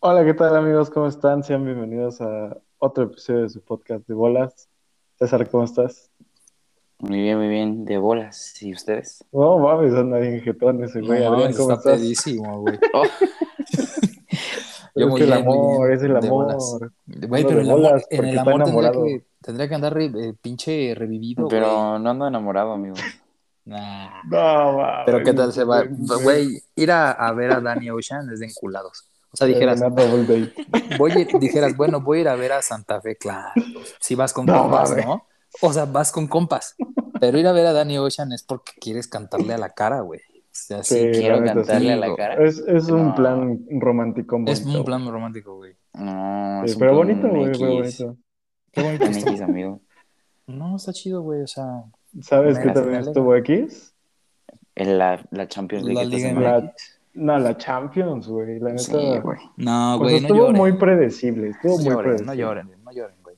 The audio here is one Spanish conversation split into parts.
Hola, ¿qué tal amigos? ¿Cómo están? Sean bienvenidos a otro episodio de su podcast de bolas. César, ¿cómo estás? Muy bien, muy bien, de bolas. ¿Y ustedes? No mames, anda bien jetón ese güey. No, Adrián, mames, ¿cómo está estás? pedísimo, güey. Oh, es Yo muy que el bien, muy amor, bien, es el de bolas. amor. Güey, Ando pero de el amor, bolas en porque el está amor tendría enamorado. que, tendría que andar re- eh, pinche revivido, güey. pero no ando enamorado, amigo. Nah. No mames. Pero qué tal se va, güey. güey, ir a, a ver a Danny Ocean desde enculados. O sea, Es dijeras, una double date. voy, a ir- dijeras, bueno, voy a ir a ver a Santa Fe, claro. Si vas con No, compas, mames. ¿no? O sea, vas con compas. Pero ir a ver a Danny Ocean es porque quieres cantarle a la cara, güey. O sea, sí, Sí, Eh, la Quiero neta, cantarle sí, a la güey. cara. Es, es un No. plan romántico bonito. es un plan romántico, güey. No, güey. es Sí, un eh, pero plan bonito, güey, MX, pero bonito. Qué bonito plan está. MX, amigo. No, está chido, güey. O sea, ¿Sabes Me qué la también finalé. estuvo aquí? En la, la Champions League La esta Liga semana. La, no, la Champions, güey. La neta. Sí, güey. no, O güey, sea, no estuvo lloren. muy predecible, estuvo no muy lloren, predecible. no lloren, no lloren, güey.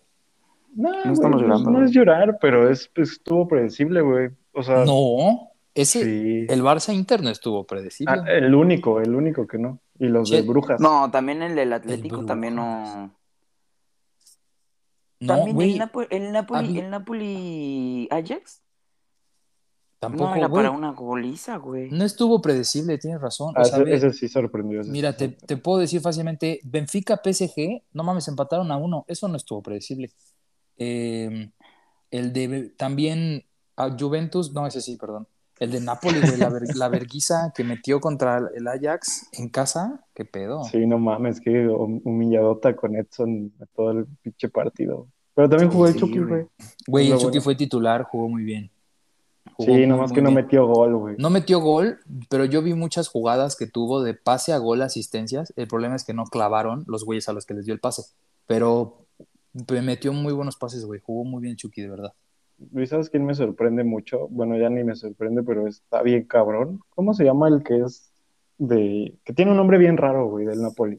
No, güey, estamos llorando, No güey. es llorar, pero es, pues, estuvo predecible, güey. O sea, No, ese, sí. el Barça interno estuvo predecible. Ah, el único, el único que no. Y los de Sí. Brujas. No, también el del Atlético Brujas. también no. no, También el, güey, Napo- el Abi- Napoli, el Napoli Ajax. tampoco, no era güey. para una goliza, güey. No estuvo predecible, tienes razón. Ah, o sea, ese, ve, ese sí sorprendió. ese sí mira, te, sorprendió. te puedo decir fácilmente, Benfica PSG, no mames, empataron a uno. Eso no estuvo predecible. Eh, el de también a Juventus, no, ese sí, perdón. El de Napoli, güey, la, ver- la verguiza que metió contra el Ajax en casa, qué pedo. Sí, no mames, qué hum- humilladota con Edson a todo el pinche partido. Pero también jugó el Sí, Chucky, güey. güey. Güey, Es lo el Chucky bueno. fue titular, jugó muy bien. Jugó Sí, muy, nomás muy que no bien. metió gol, güey. No metió gol, pero yo vi muchas jugadas que tuvo de pase a gol, asistencias. El problema es que no clavaron los güeyes a los que les dio el pase. Pero me metió muy buenos pases, güey. Jugó muy bien Chucky, de verdad. ¿Y sabes quién me sorprende mucho? Bueno, ya ni me sorprende, pero está bien cabrón. ¿Cómo se llama el que es de... que tiene un nombre bien raro, güey, del Napoli?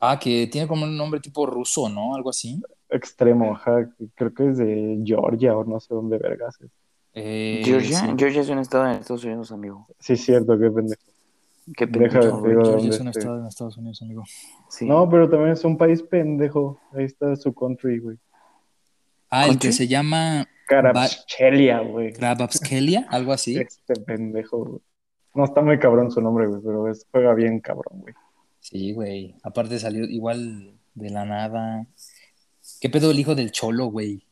Ah, que tiene como un nombre tipo ruso, ¿no? Algo así. Extremo, ajá. Creo que es de Georgia o no sé dónde vergas es. Eh, Georgia, sí. Georgia es un estado en Estados Unidos, amigo. Sí, es cierto, qué pendejo. Qué Deja ver, pendejo, te güey. digo Georgia dónde es un esté. estado en Estados Unidos, amigo. Sí. No, pero también es un país pendejo. Ahí está su country, güey. Ah, el ¿Conchi? que se llama Karabchelia, güey. Krabapskelia, algo así. Este pendejo, güey. No está muy cabrón su nombre, güey, pero es, juega bien cabrón, güey. Sí, güey. Aparte salió igual de la nada. ¿Qué pedo el hijo del cholo, güey?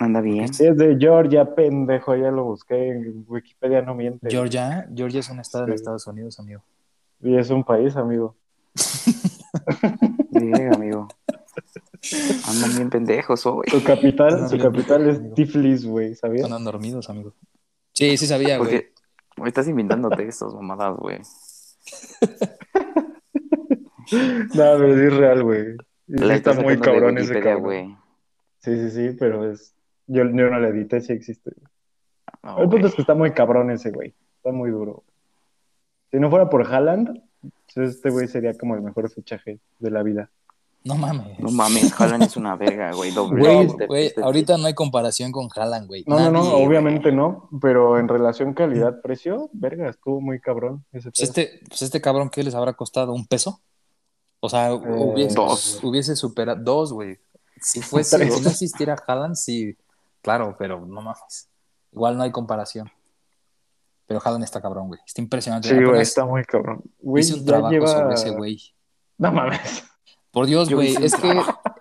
Anda bien. Sí, es de Georgia, pendejo, ya lo busqué en Wikipedia, no miente. Georgia, Georgia es un estado en Sí. Estados Unidos, amigo. Y es un país, amigo. Bien, amigo. Andan bien pendejos hoy. Su capital, No, su no, capital no, es amigo. Tiflis, güey, ¿sabías? Andan dormidos, amigo. Sí, sí sabía, güey. Porque estás inventándote estas mamadas, güey. No, pero sí es real, güey. Y sí La está estás muy sacando de cabrón ese Wikipedia, cabrón. Eh, güey. Sí, sí, sí, pero es. Yo, yo no le edité, sí existe. No, El punto güey. pues, es que está muy cabrón ese güey. Está muy duro. Si no fuera por Haaland, este güey sería como el mejor fichaje de la vida. No mames. No mames, Haaland es una verga, güey. Doble. Güey, este- güey, este- ahorita no hay comparación con Haaland, güey. No, no, no, Nadie, güey. obviamente no, pero en relación calidad-precio, verga, estuvo muy cabrón ese Pues pedo. este, pues este cabrón, ¿qué les habrá costado? ¿Un peso? O sea, hubiese, dos. hubiese superado dos, güey. Si fuese, Tres. si no existiera Haaland, sí, claro, pero no mames. Igual no hay comparación. Pero Haaland está cabrón, güey. Está impresionante. Sí, güey, Apenas está muy cabrón. Güey, hice un ya trabajo lleva... sobre ese güey. No mames. Por Dios, Yo güey, hice un es que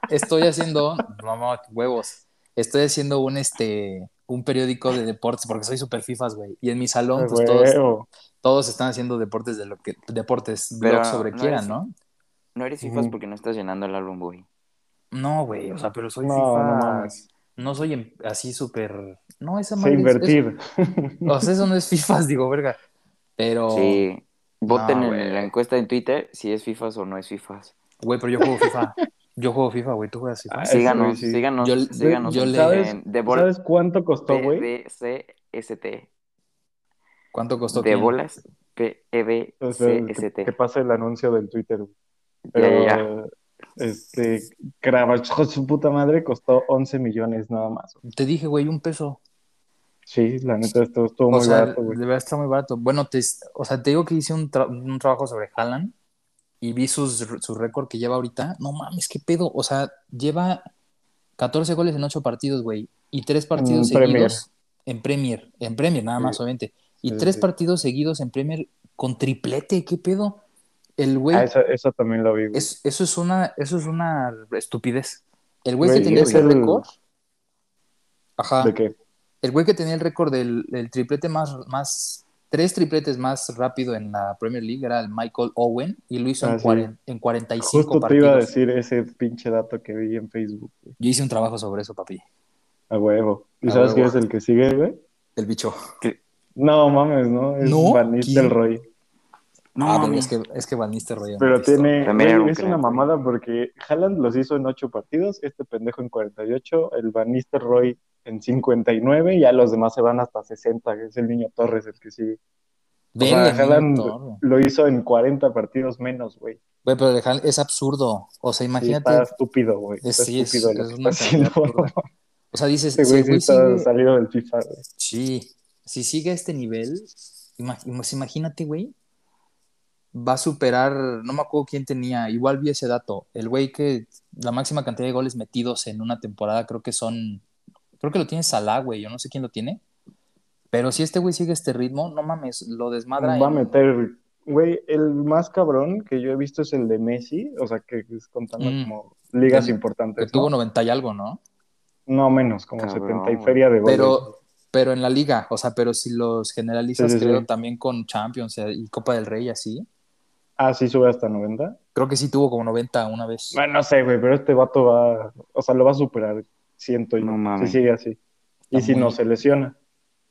estoy haciendo, no, no, huevos, estoy haciendo un, este, un periódico de deportes porque soy super fifas, güey. Y en mi salón, pues todos, Huevo. todos están haciendo deportes de lo que, deportes, Pero blogs sobre no quieran, eres- ¿no? No eres FIFAs Ujú. porque no estás llenando el álbum, güey. No, güey, o sea, pero soy No, FIFA. no No, mames. soy em- así súper. No, esa Sé madre es- es- invertir. O sea, eso no es FIFA, digo, verga. Pero. Sí. Voten No, güey. en la encuesta en Twitter si es FIFAs o no es FIFAs. Güey, pero yo juego FIFA. Yo juego FIFA, güey, tú juegas FIFA. Ah, ese güey Síganos, sí. síganos, Yo- síganos yo en- le- ¿Sabes, en The Ball- ¿Sabes cuánto costó, güey? PBCST. ¿Cuánto costó De quién? Ah, pues bolas, E O sea, que, PEBCST. que pasa el anuncio del Twitter, güey. Ya, Pero, ya, ya. este, Krabach, su puta madre, costó 11 millones nada más. güey. Te dije, güey, un peso. Sí, la neta, esto estuvo O muy sea, barato, de güey. verdad está muy barato. Bueno, te, o sea, te digo que hice un, tra- un trabajo sobre Haaland y vi sus- su récord que lleva ahorita. No mames, qué pedo. O sea, lleva 14 goles en 8 partidos, güey. Y 3 partidos En seguidos Premier. en Premier. En Premier, nada más, Sí. obviamente. Y Sí, 3 sí. partidos seguidos en Premier con triplete, qué pedo. El güey, Ah, esa, esa también la vi, güey. es- eso, es una, eso es una estupidez. El güey que Güey, tenía es ese el- récord. Ah, Ajá. ¿De qué? El güey que tenía el récord del, del triplete más, más, tres tripletes más rápido en la Premier League era el Michael Owen y lo hizo Ah, en, sí. cuaren- en 45 Justo te partidos. iba a decir ese pinche dato que vi en Facebook, güey. Yo hice un trabajo sobre eso, papi. A huevo. ¿Y A sabes quién huevo. es el que sigue, güey? El bicho. No mames, ¿no? Es ¿No? Van ¿Quién? Nistelrooy. No, ah, mames. es que, es que Van Nistelrooy. no Pero me gustó. tiene. También era güey, un es crack, una güey. mamada porque Haaland los hizo en 8 partidos, este pendejo en 48, el Van Nistelrooy en 59, y ya los demás se van hasta 60, que es el niño Torres el que sigue. O sea, Verga, Haaland niño torro. lo hizo en 40 partidos menos, güey. Güey, pero de Haaland es absurdo. O Sí, está sea, imagínate. estúpido, güey. Está es- sí, es- estúpido lo es que una está haciendo. cantidad absurda. O sea, dices, Este si güey el sí güey está sigue- salido del FIFA, güey. Sí, si sigue a este nivel, ima- pues imagínate, güey, va a superar, no me acuerdo quién tenía, igual vi ese dato, el güey que la máxima cantidad de goles metidos en una temporada creo que son, creo que lo tiene Salah, güey, yo no sé quién lo tiene, pero si este güey sigue este ritmo, no mames, lo desmadra. Va a en- meter, güey, el más cabrón que yo he visto es el de Messi, o sea, que es contando Mm. como ligas Que- que importantes. tuvo ¿no? 90 y algo, ¿no? No, menos, como Cabrón, 70 y güey. feria de goles. Pero, pero en la liga, o sea, pero si los generalizas, Sí, sí, creo, sí. también con Champions eh, y Copa del Rey, así, Ah, sí sube hasta 90. creo que sí tuvo como 90 una vez. Bueno, no sé, güey, pero este vato va, o sea, lo va a superar, siento yo. No si mames. sigue así. Y Está si muy- no se lesiona.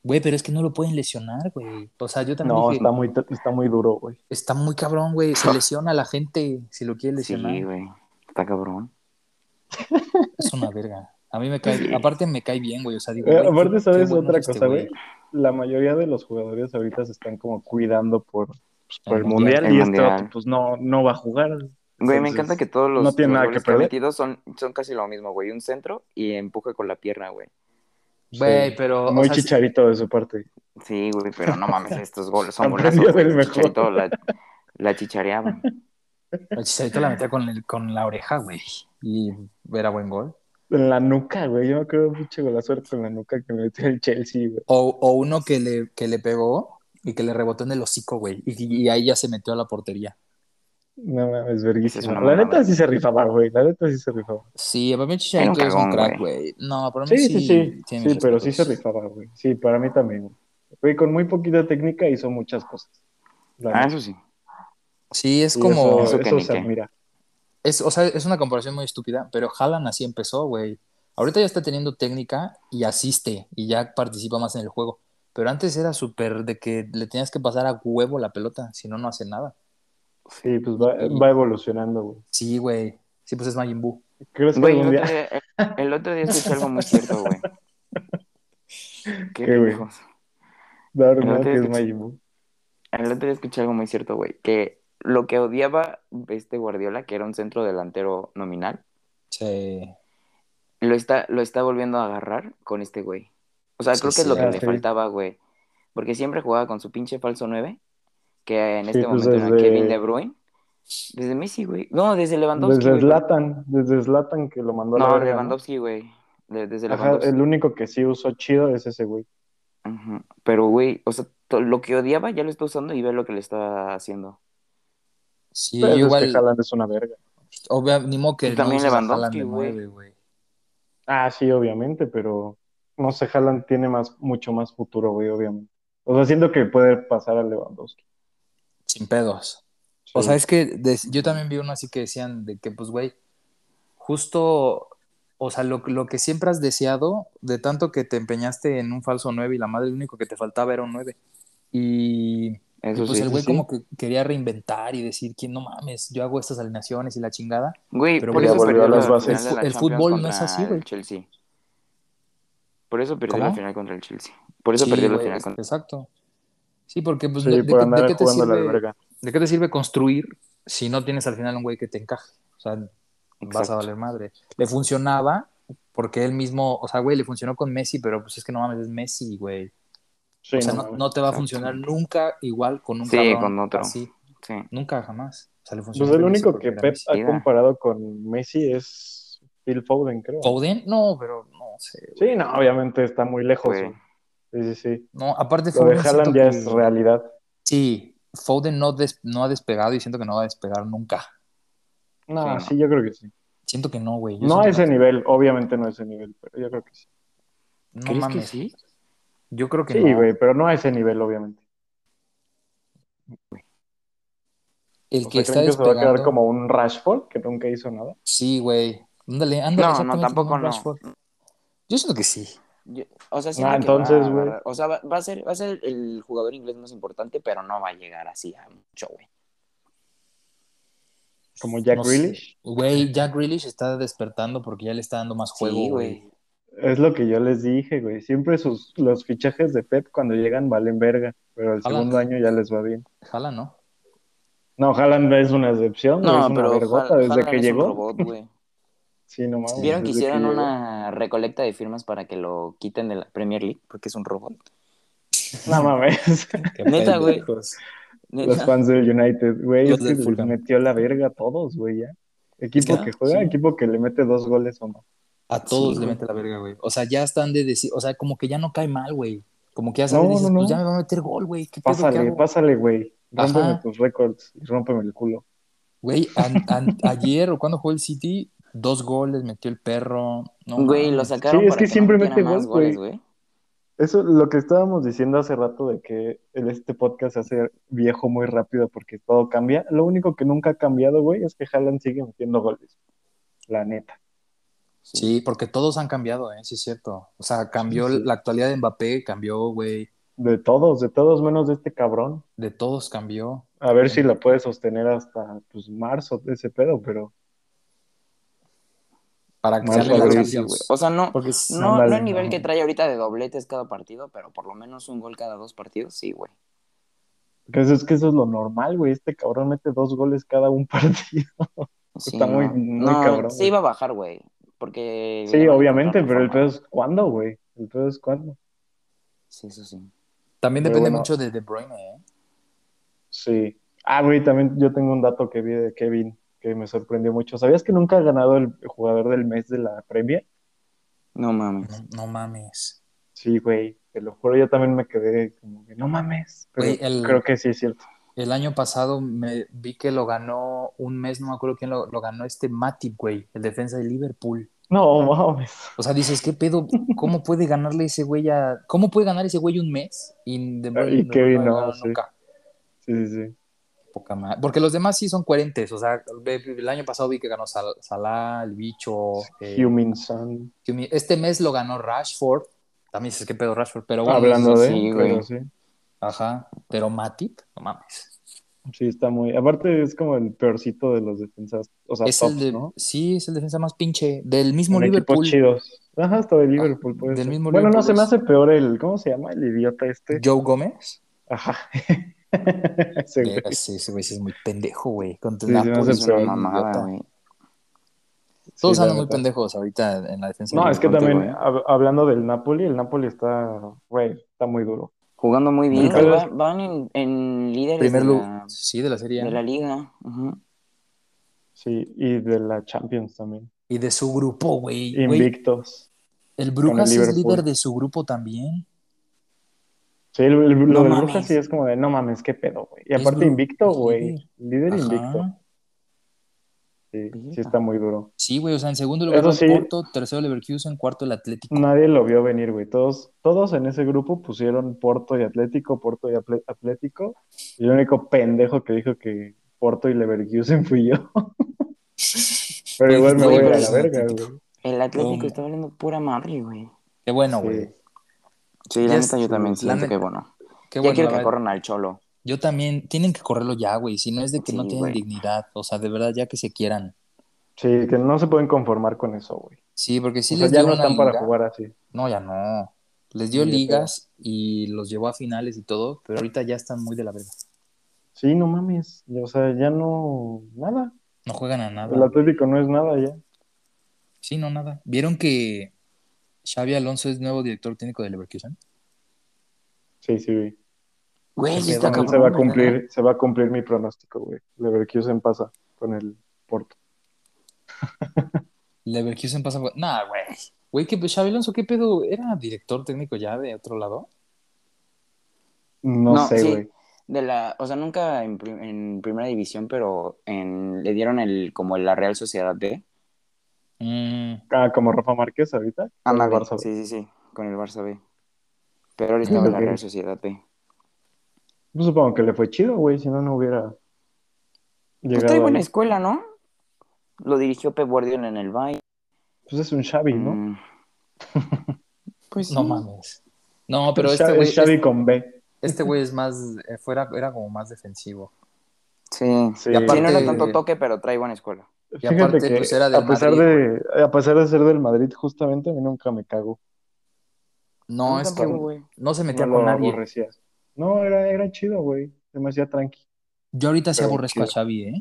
Güey, pero es que no lo pueden lesionar, güey. O sea, yo también No, dije, está muy, está muy duro, güey. está muy cabrón, güey. Se lesiona a la gente si lo quiere lesionar. Sí, güey. Está cabrón. es una verga. A mí me cae, aparte me cae bien, güey. O sea, digo, Eh, güey, aparte, qué- ¿sabes qué bueno otra es este cosa, güey? güey. La mayoría de los jugadores ahorita se están como cuidando por, pues, por El el mundial, Mundial. y El este Mundial. vato, pues no, no va a jugar. Güey, me Entonces, encanta que todos los, no tiene los nada que goles que, ha perder. metido son, son casi lo mismo, güey. Un centro y empuje con la pierna, güey. Güey, Sí. pero. o Muy sea, sí- chicharito de su parte. Sí, güey, pero no mames, estos goles son Aprendió golazos, güey. del mejor. Chicharito la, la chichareaba. el Chicharito la metía con, el- con la oreja, güey. Y era buen gol. En la nuca, güey. Yo me acuerdo mucho de la suerte en la nuca que me metió el Chelsea, güey. O, o uno que le, que le pegó y que le rebotó en el hocico, güey. Y, y ahí ya se metió a la portería. No mames, verguísima. una La mamada. neta sí se rifaba, güey. La neta sí se rifaba. Sí, para mí el Era Chicharito un es un cagón, crack, güey. güey. No, para mí Sí, sí, sí. Sí, tiene mis pero sí se respetos. rifaba, güey. Sí, para mí también. Güey, con muy poquita técnica hizo muchas cosas. La Ah, neta. eso sí. Sí, es Y como. Eso, Eso que eso ni se qué. admira. Es, o sea, es una comparación muy estúpida, pero Haaland así empezó, güey. Ahorita ya está teniendo técnica y asiste y ya participa más en el juego. Pero antes era súper de que le tenías que pasar a huevo la pelota, si no, no hace nada. Sí, pues va, Y- va evolucionando, güey. Sí, güey. Sí, pues es Majin Buu. ¿Crees que Güey, el, algún otro día... día, el- el otro día escuché algo muy cierto, güey. Qué ¿Qué, güey? pendejos. No, no, otro que día es escuché- Majin Buu. El otro día escuché algo muy cierto, güey. Que lo que odiaba este Guardiola, que era un centro delantero nominal, Sí. lo está, lo está volviendo a agarrar con este güey. O sea, Sí, creo que es sí. lo que Ah, le sí. faltaba, güey. Porque siempre jugaba con su pinche falso 9, que en Sí, este pues momento era desde- Kevin De Bruyne. Desde Messi, güey. No, desde Lewandowski. Desde güey. Zlatan, desde Zlatan que lo mandó a la No, verga, ¿no? Lewandowski, güey. De- desde Ajá, Lewandowski. el único que sí usó chido es ese güey. Ujú. Pero, güey, o sea, to- lo que odiaba ya lo está usando y ve lo que le está haciendo. Sí, Pero es igual. que Haaland es una verga. obvia- ni modo que Y también uses a Lewandowski, Haaland de güey. nueve, güey. Ah, sí, obviamente, pero no sé, Haaland tiene más, mucho más futuro, güey, obviamente. O sea, siento que puede pasar a Lewandowski. Sin pedos. O Sí. sea, es que des- yo también vi uno así que decían de que, pues, güey, justo, o sea, lo, lo que siempre has deseado, de tanto que te empeñaste en un falso 9 y la madre, lo único que te faltaba era un 9. Y, y Eso pues sí. el güey sí. como que quería reinventar y decir, que no mames, yo hago estas alineaciones y la chingada. Güey, Pero por ya eso volvió perdió a la las final bases. de la El Champions fútbol no contra es así, el güey. Chelsea. Por eso perdió la ¿Cómo? final contra el Chelsea. Por eso Sí, perdió la güey, final contra exacto. Sí, porque pues Sí, de, de por qué- andar de qué te jugando a la sirve, verga. ¿de qué te sirve construir si no tienes al final un güey que te encaje? O sea, vas a Exacto. valer madre. Le funcionaba porque él mismo, o sea, güey, le funcionó con Messi, pero pues es que no mames, es Messi, güey. Sí, o sea, no no, mames. no te va a Exacto. funcionar nunca igual con un Sí, cabrón con otro. así. Sí. Nunca, jamás. O sea, le funcionó Pues el a Messi único porque que era Pep Messi. ha Messi. comparado con Messi es Phil Foden, creo. Foden, no, pero no sé. Sí, no, obviamente está muy lejos. Güey. güey. Sí, sí, sí. No, aparte Lo de Foden siento Haaland ya que- es realidad. Sí, Foden no, des- no ha despegado y siento que no va a despegar nunca. No, no. sí, yo creo que sí. Siento que no, güey. Yo No siento a que ese nivel, obviamente no a ese nivel, pero yo creo que sí. No ¿Crees que mames. sí? Yo creo que Sí, no. güey, pero no a ese nivel, obviamente. El O sea, que está ¿creen que se va a quedar despegando. como un Rashford que nunca hizo nada? Sí, güey. Ándale, ándale. No, no, exactamente como tampoco un no. Rashford. Yo siento que sí. Yo- o sea, sí. Ah, entonces, güey. O sea, va, va a ser, va a ser el jugador inglés más importante, pero no va a llegar así a mucho, güey. Como Jack No sé. Grealish. Güey, Jack Grealish está despertando porque ya le está dando más juego, Sí, güey. güey. Es lo que yo les dije, güey. Siempre sus, los fichajes de Pep cuando llegan valen verga, pero el Ojalá. segundo año ya les va bien. Jala, ¿no? No, Haaland es una excepción, no, es No, una pero vergota Haaland- desde Haaland que es un llegó. robot, güey. Sí, no mames. ¿Vieron que desde hicieron llegó. una recolecta de firmas para que lo quiten de la Premier League? Porque es un robot. No mames. Qué Neta, güey. pendejos. Los fans del United, güey, es Los que del les Fulham. metió la verga a todos, güey, ya. Equipo Ya, que juega, sí. equipo que le mete dos goles o no. A todos Sí, le güey. mete la verga, güey. O sea, ya están de decir, o sea, como que ya no cae mal, güey. Como que ya sabes, No, dices, no, no. pues ya me va a meter gol, güey. ¿Qué pedo que Pásale, hago? pásale, güey. Rómpeme Ajá. tus récords y rómpeme el culo. Güey, an- an- ayer o cuando jugó el City, dos goles metió el perro. No, Güey, lo mames. sacaron Sí, es para que que siempre no metiera mete más gol, güey. goles, güey. Eso, lo que estábamos diciendo hace rato de que el- este podcast se hace viejo muy rápido porque todo cambia. Lo único que nunca ha cambiado, güey, es que Haaland sigue metiendo goles. La neta. Sí, porque todos han cambiado, ¿eh? Sí, es cierto. O sea, cambió Sí, sí. la actualidad de Mbappé, cambió, güey. De todos, de todos menos de este cabrón. De todos cambió. A ver si la puede sostener hasta pues, marzo, ese pedo, pero Para que Más sale la valor, Madrid, güey. Champions. O sea, no, Porque es- no, Ándale, no el nivel no. que trae ahorita de dobletes cada partido, pero por lo menos un gol cada dos partidos, sí, güey. que eso pues, es que eso es lo normal, güey. Este cabrón mete dos goles cada un partido. Sí, Está muy- no. muy No, cabrón, Sí güey. iba a bajar, güey. Porque... le Sí, van a obviamente, encontrar pero el la forma. pedo es cuándo, güey. El pedo es cuándo. Sí, eso sí. También Pero depende bueno. mucho de De Bruyne, ¿eh? Sí. Ah, güey, también yo tengo un dato que vi de Kevin que me sorprendió mucho. ¿Sabías que nunca ha ganado el jugador del mes de la Premier? No mames. No, no mames. Sí, güey, te lo juro, yo también me quedé como que no mames, pero Güey, el- creo que sí es cierto. El año pasado me vi que lo ganó un mes, no me acuerdo quién lo, lo ganó este Matip, güey, el defensa de Liverpool. No mames. O sea, dices, ¿qué pedo? ¿Cómo puede ganarle ese güey a. ¿Cómo puede ganar ese güey un mes? Y De Bruyne Ah, Y no Kevin lo no, ganaron sí. nunca. Sí, sí, sí. Poca madre. Porque los demás sí son coherentes. O sea, ve- el año pasado vi que ganó Sal- Salah, el bicho. eh, Human Son. Hume- Este mes lo ganó Rashford. También dices, ¿qué pedo Rashford? Pero bueno. Hablando sí, de, sí, pero güey. sí. Ajá. Pero Matip, no mames. Sí, está muy. Aparte es como el peorcito de los defensas, o sea, Es tops, el de, ¿no? Sí, es el defensa más pinche. Del mismo En Liverpool. Ah, equipos chidos. Ajá, hasta de Liverpool puede del ser. mismo bueno, no Liverpool se me es- hace peor el, ¿cómo se llama? El idiota este. Joe Gómez. Ajá. Ese güey. Verga, sí, ese güey sí es muy pendejo, güey. Contra Sí, se me Napoli hace es una peor. Mamada, mamada, güey. Todos Sí, la andan muy neta. pendejos ahorita en la defensa. No, del es que Liverpool, también, güey. hab- hablando del Napoli, el Napoli está, güey, está muy duro. Jugando muy bien, El güey. pedo es- Van, van en, en líderes Primer de, lugar. la, Sí, de la serie. de A. la liga. Ujú. Sí, y de la Champions también. Y de su grupo, güey. Güey, Invictos. el Brujas con el es Liverpool. líder de su grupo también. Sí, el- el- lo No del mames. Brujas sí es como de, no mames, qué pedo, güey. Y Es aparte Bru- invicto, güey. Líder líder. Ajá. invicto. Sí, sí Verga. está muy duro. Sí, güey, o sea, en segundo lugar Eso va sí. Porto, tercero Leverkusen, cuarto el Atlético. Nadie lo vio venir, güey. Todos, todos en ese grupo pusieron Porto y Atlético, Porto y Atle- Atlético. Y el único pendejo que dijo que Porto y Leverkusen fui yo. Pero Güey, igual me voy güey, a pero la sí, verga, Atlético. güey. El Atlético Oh. está valiendo pura madre, güey. Qué bueno, Sí. güey. Sí, la Ya neta yo es- también la siento neta- que bueno. Qué ya quiero bueno, la que verdad. corran al Cholo. Yo también, tienen que correrlo ya, güey, si no es de que Sí, no tienen güey. dignidad, o sea, de verdad ya que se quieran. Sí, que no se pueden conformar con eso, güey. Sí, porque sí o sea, les ya dio no una están para liga. jugar así. No, ya no. Les dio Ni de ligas y los llevó a finales y todo, pero ahorita ya están muy de la verga. Sí, no mames. O sea, ya no. Nada. No juegan a nada. El Atlético no es nada ya. Sí, no, nada. ¿Vieron que Xavi Alonso es nuevo director técnico de Leverkusen? Sí, sí, güey. Güey, Sí, está también cabrón. se va a ¿verdad? cumplir, se va a cumplir mi pronóstico, güey. Leverkusen pasa con el Porto. Leverkusen pasa por... Nah, güey. Güey, que Xabi Alonso, ¿qué pedo? ¿Era director técnico ya de otro lado? No, No, sé, sí. güey. De la, o sea, nunca en, prim- en primera división, pero en, le dieron el como la Real Sociedad B. Mm, Ah, como Rafa Márquez ahorita. Pues, Ah, con el no, B. Barça. Sí, sí, sí, con el Barça B. Pero ahora estaba en la Ok. Real Sociedad B. Pues supongo que le fue chido, güey, si no, no hubiera Pues llegado. está en buena ahí. escuela, ¿no? Lo dirigió Pep Guardiola en el Bayern. Pues es un Xavi, ¿no? Mm. Pues No sí. mames. No, pero Es Pues este Xavi- güey es Xavi con B. este güey es más, eh, fuera, era como más defensivo. Sí. Sí. Y aparte- Sí, no era Aparte- tanto toque, pero trae buena escuela. Fíjate aparte, que pues, era del a, pesar Madrid, de, a pesar de ser del Madrid, justamente, a mí nunca me cago. No, A mí es que tampoco, güey. no se metía No con lo nadie. aborrecía. No, era, era chido, güey. Demasiado tranqui. Yo ahorita sí Pero aborrezco a chido. Xavi, ¿eh?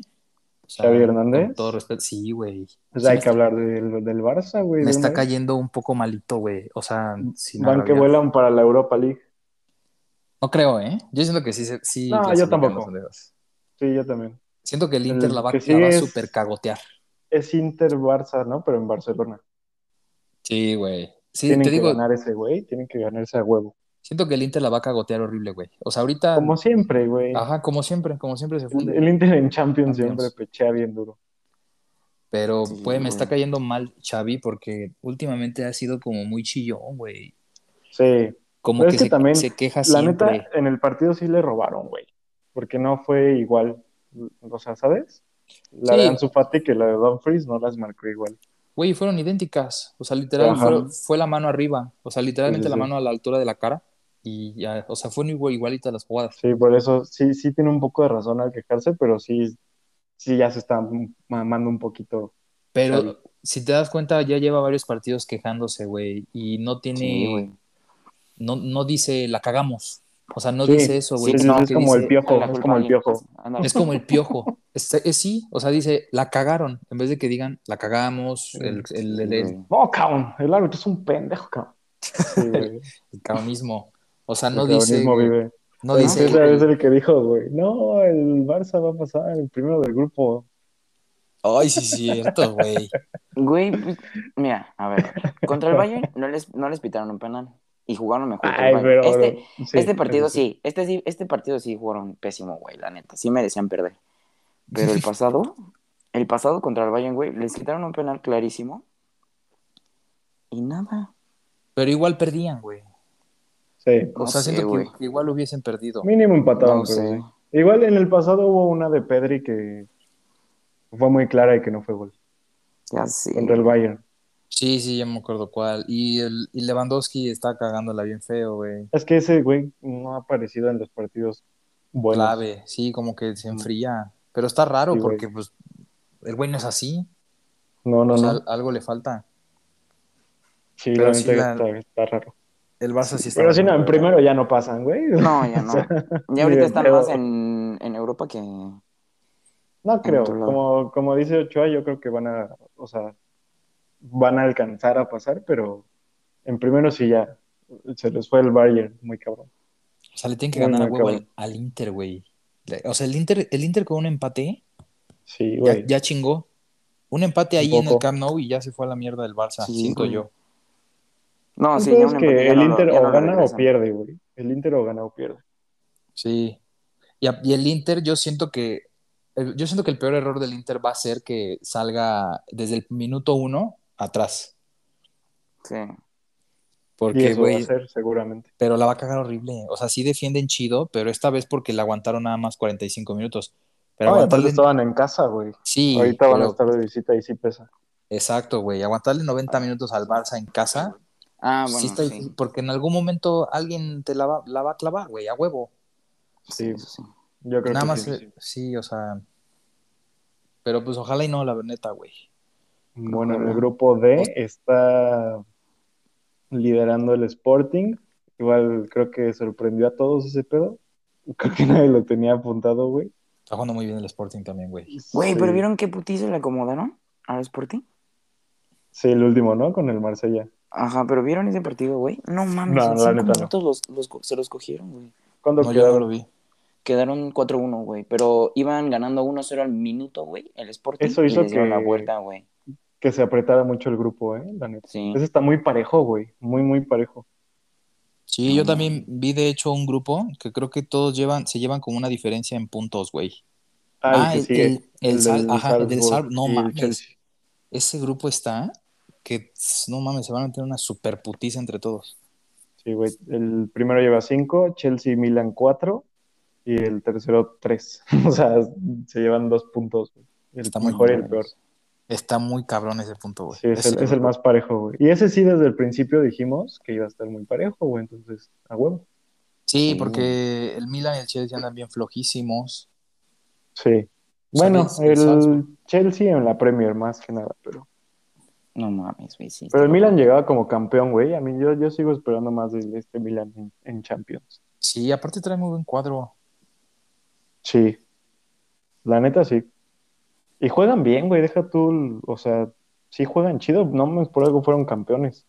O sea, ¿Xavi Hernández? Con todo respeto. Sí, güey. Pues Sí, hay me que está- hablar del, del Barça, güey. Me de está una vez. cayendo un poco malito, güey. O sea, sin Van que agraviar. vuelan para la Europa League. No creo, ¿eh? Yo siento que sí. se- sí No, yo clasifican tampoco. los andejos. Sí, yo también. Siento que el El Inter la va, que la sigue va a es- super cagotear. Es Inter-Barça, ¿no? Pero en Barcelona. Sí, güey. Sí, tienen te que digo, ganar ese güey, tienen que ganarse a huevo. siento que el Inter la va a cagotear horrible, güey. O sea, ahorita. Como siempre, güey. Ajá, como siempre, como siempre se El, funde. el Inter en Champions, Champions. siempre pechea bien duro. Pero, Sí, güey, me está güey. cayendo mal Xavi porque últimamente ha sido como muy chillón, güey. Sí. Como Pero que, es que se, también, se queja La siempre. neta, en el partido sí le robaron, güey. Porque no fue igual. O sea, ¿sabes? La Sí. de Ansu Fati que la de Dumfries no las marcó igual. Güey, fueron idénticas. O sea, literal, Ajá. fue, fue la mano arriba. O sea, literalmente Sí, sí, la sí. mano a la altura de la cara. Y ya, o sea, fueron igual, igualitas las jugadas. Sí, por eso sí, sí tiene un poco de razón al quejarse, pero sí, sí ya se está mamando un poquito. Pero Xavi. si te das cuenta, ya lleva varios partidos quejándose, güey. Y no tiene. Sí, güey. no, no dice la cagamos. O sea, no Sí, dice eso, güey. sí, sino no, que es como el dice- piojo, Ay, la es culpa como el mía. pues, piojo. Ándale. Es como el piojo. Este, es sí, o sea, dice, la cagaron. En vez de que digan, la cagamos, el, el, el- el- No, cabrón, el árbitro es un pendejo, cabrón. Sí, güey. el cagonismo. O sea, El no dice, cagonismo güey, vive. no Ah, Ese dice, sí, es el que dijo, güey, no, el Barça va a pasar el primero del grupo. ay, sí, es cierto, güey. Güey, pues, mira, a ver, contra el Bayern no les, no les pitaron un penal y jugaron mejor que el Ay, Bayern. pero Este, sí, este partido eso sí, este sí, este partido sí jugaron pésimo, güey, la neta, sí merecían perder. Pero el pasado, el pasado contra el Bayern, güey, les quitaron un penal clarísimo y nada. Pero igual perdían, güey. Sí. O No sea, sé, siento que güey. igual hubiesen perdido. Mínimo empataban, No pero sé. sí. Igual en el pasado hubo una de Pedri que fue muy clara y que no fue gol Ya sé. contra el Bayern. Sí, sí, ya me acuerdo cuál. Y, el, y Lewandowski está cagándola bien feo, güey. Es que ese güey no ha aparecido en los partidos buenos. Clave, sí, como que se enfría. Pero está raro Sí, güey. porque, pues, el güey no es así. No, no, O sea, no. algo le falta. Sí, pero la sí neta la- está, está raro. El Barça sí está. Pero sí, no, en mal, primero ya no pasan, güey. No, ya no. Ya ni de ahorita están pedo. más en, en Europa que No creo. otro lado. Como, como dice Ochoa, yo creo que van a, o sea, van a alcanzar a pasar, pero en primero sí ya se les fue el Bayern, muy cabrón. O sea, le tienen que Muy, ganar a muy huevo al, cabrón. al Inter, güey. Le- O sea, el Inter, el Inter con un empate Sí, ya, güey. ya chingó. Un empate Un ahí en el poco. Camp Nou y ya se fue a la mierda del Barça, Sí, siento güey. yo. No, El sí, pedo ya es un que empate ya el no lo- Inter ya no o lo gana o regresan. pierde, güey. El Inter o gana o pierde. Sí. Y, a- y el Inter, yo siento que. el- Yo siento que el peor error del Inter va a ser que salga desde el minuto uno atrás. Sí. y Porque, eso va a güey, ser seguramente. pero la va a cagar horrible. O sea, sí defienden chido, pero esta vez porque le aguantaron nada más 45 minutos. Pero No, y aparte aguantarle. estaban en casa, güey. Sí, Ahorita van a pero- estar de visita y sí pesa. Exacto, güey. Aguantarle 90 minutos al Barça en casa, Ah, sí bueno, está sí. difícil, porque en algún momento alguien te la va, la va a clavar, güey, a huevo. Sí, eso sí. yo creo Nada que más, sí. eh, sí, o sea. Pero pues ojalá y no, la neta, güey. Bueno, en Ojalá. el grupo D está liderando el Sporting. Igual creo que sorprendió a todos ese pedo. Creo que nadie lo tenía apuntado, güey. Está jugando muy bien el Sporting también, güey. Güey, pero Sí. ¿vieron qué putizo le acomodaron al Sporting? Sí, el último, ¿no? Con el Marsella. Ajá, pero ¿vieron ese partido, güey? No mames, No, en la cinco neta no. minutos los, los co- se los cogieron, güey. ¿Cuándo No, yo no lo quedaron? vi. Quedaron 4-1, güey. Pero iban ganando 1-0 al minuto, güey. El Sporting. Eso y hizo les dieron la que- vuelta, güey. Que se apretara mucho el grupo, ¿eh? La neta. Sí. Ese está muy parejo, güey. Muy, muy parejo. Sí, yo también vi de hecho un grupo que creo que todos llevan, se llevan como una diferencia en puntos, güey. Ah, el que el, sigue. el- el El Sal- del ajá, el del Salzburg Sal- no y el mames. Chelsea. Ese grupo está que tss, no mames, se van a meter una super putiza entre todos. Sí, güey. El primero lleva cinco, Chelsea y Milan cuatro, y el tercero tres. O sea, se llevan dos puntos. güey. El Está muy mejor y el bueno. peor. Está muy cabrón ese punto, güey. Sí, es, el, Ese es el grupo. más parejo, güey. Y ese sí, desde el principio dijimos que iba a estar muy parejo, güey. Entonces, a huevo. Sí, Sí. porque el Milan y el Chelsea andan bien flojísimos. Sí. O sea, Bueno, ves el Salzburg. Chelsea en la Premier más que nada, pero. No mames, güey. Sí, Pero el está- Milan llegaba como campeón, güey. A mí yo, yo sigo esperando más de este Milan en, en Champions. Sí, aparte trae muy buen cuadro. Sí. La neta sí. Y juegan bien, güey. Deja tú, el- o sea, sí juegan chido. No mames, por algo fueron campeones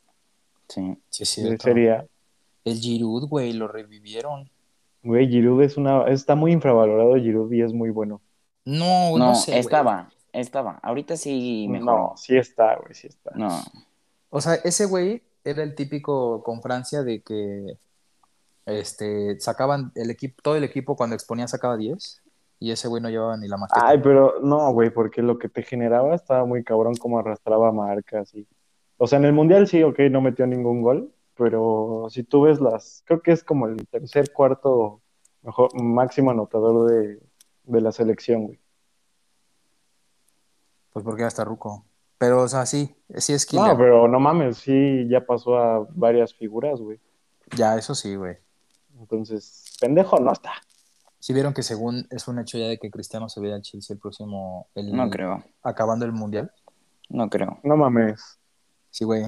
Sí. Sí, es de cierto. Serie A. El Giroud, güey, lo revivieron. Güey, Giroud es una, está muy infravalorado Giroud y es muy bueno. No, no, No, sé. güey. estaba. Estaba. Ahorita sí mejoró. No, sí está, güey, sí está. No. O sea, ese güey era el típico con Francia de que este, sacaban el equipo, todo el equipo cuando exponía sacaba 10 y ese güey no llevaba ni la maqueta. Ay, pero no, güey, porque lo que te generaba estaba muy cabrón como arrastraba marcas y... O sea, en el Mundial sí, ok, no metió ningún gol, pero si tú ves las... Creo que es como el tercer, cuarto mejor, máximo anotador de, de la selección, güey. Pues porque era hasta ruco. Pero, o sea, sí, sí es killer. No, pero no mames, sí, ya pasó a varias figuras, güey. Ya, eso sí, güey. Entonces, pendejo no está. Sí vieron que según es un hecho ya de que Cristiano se vea al Chelsea el próximo, el- No creo. acabando el Mundial. No creo. No mames. Sí, güey.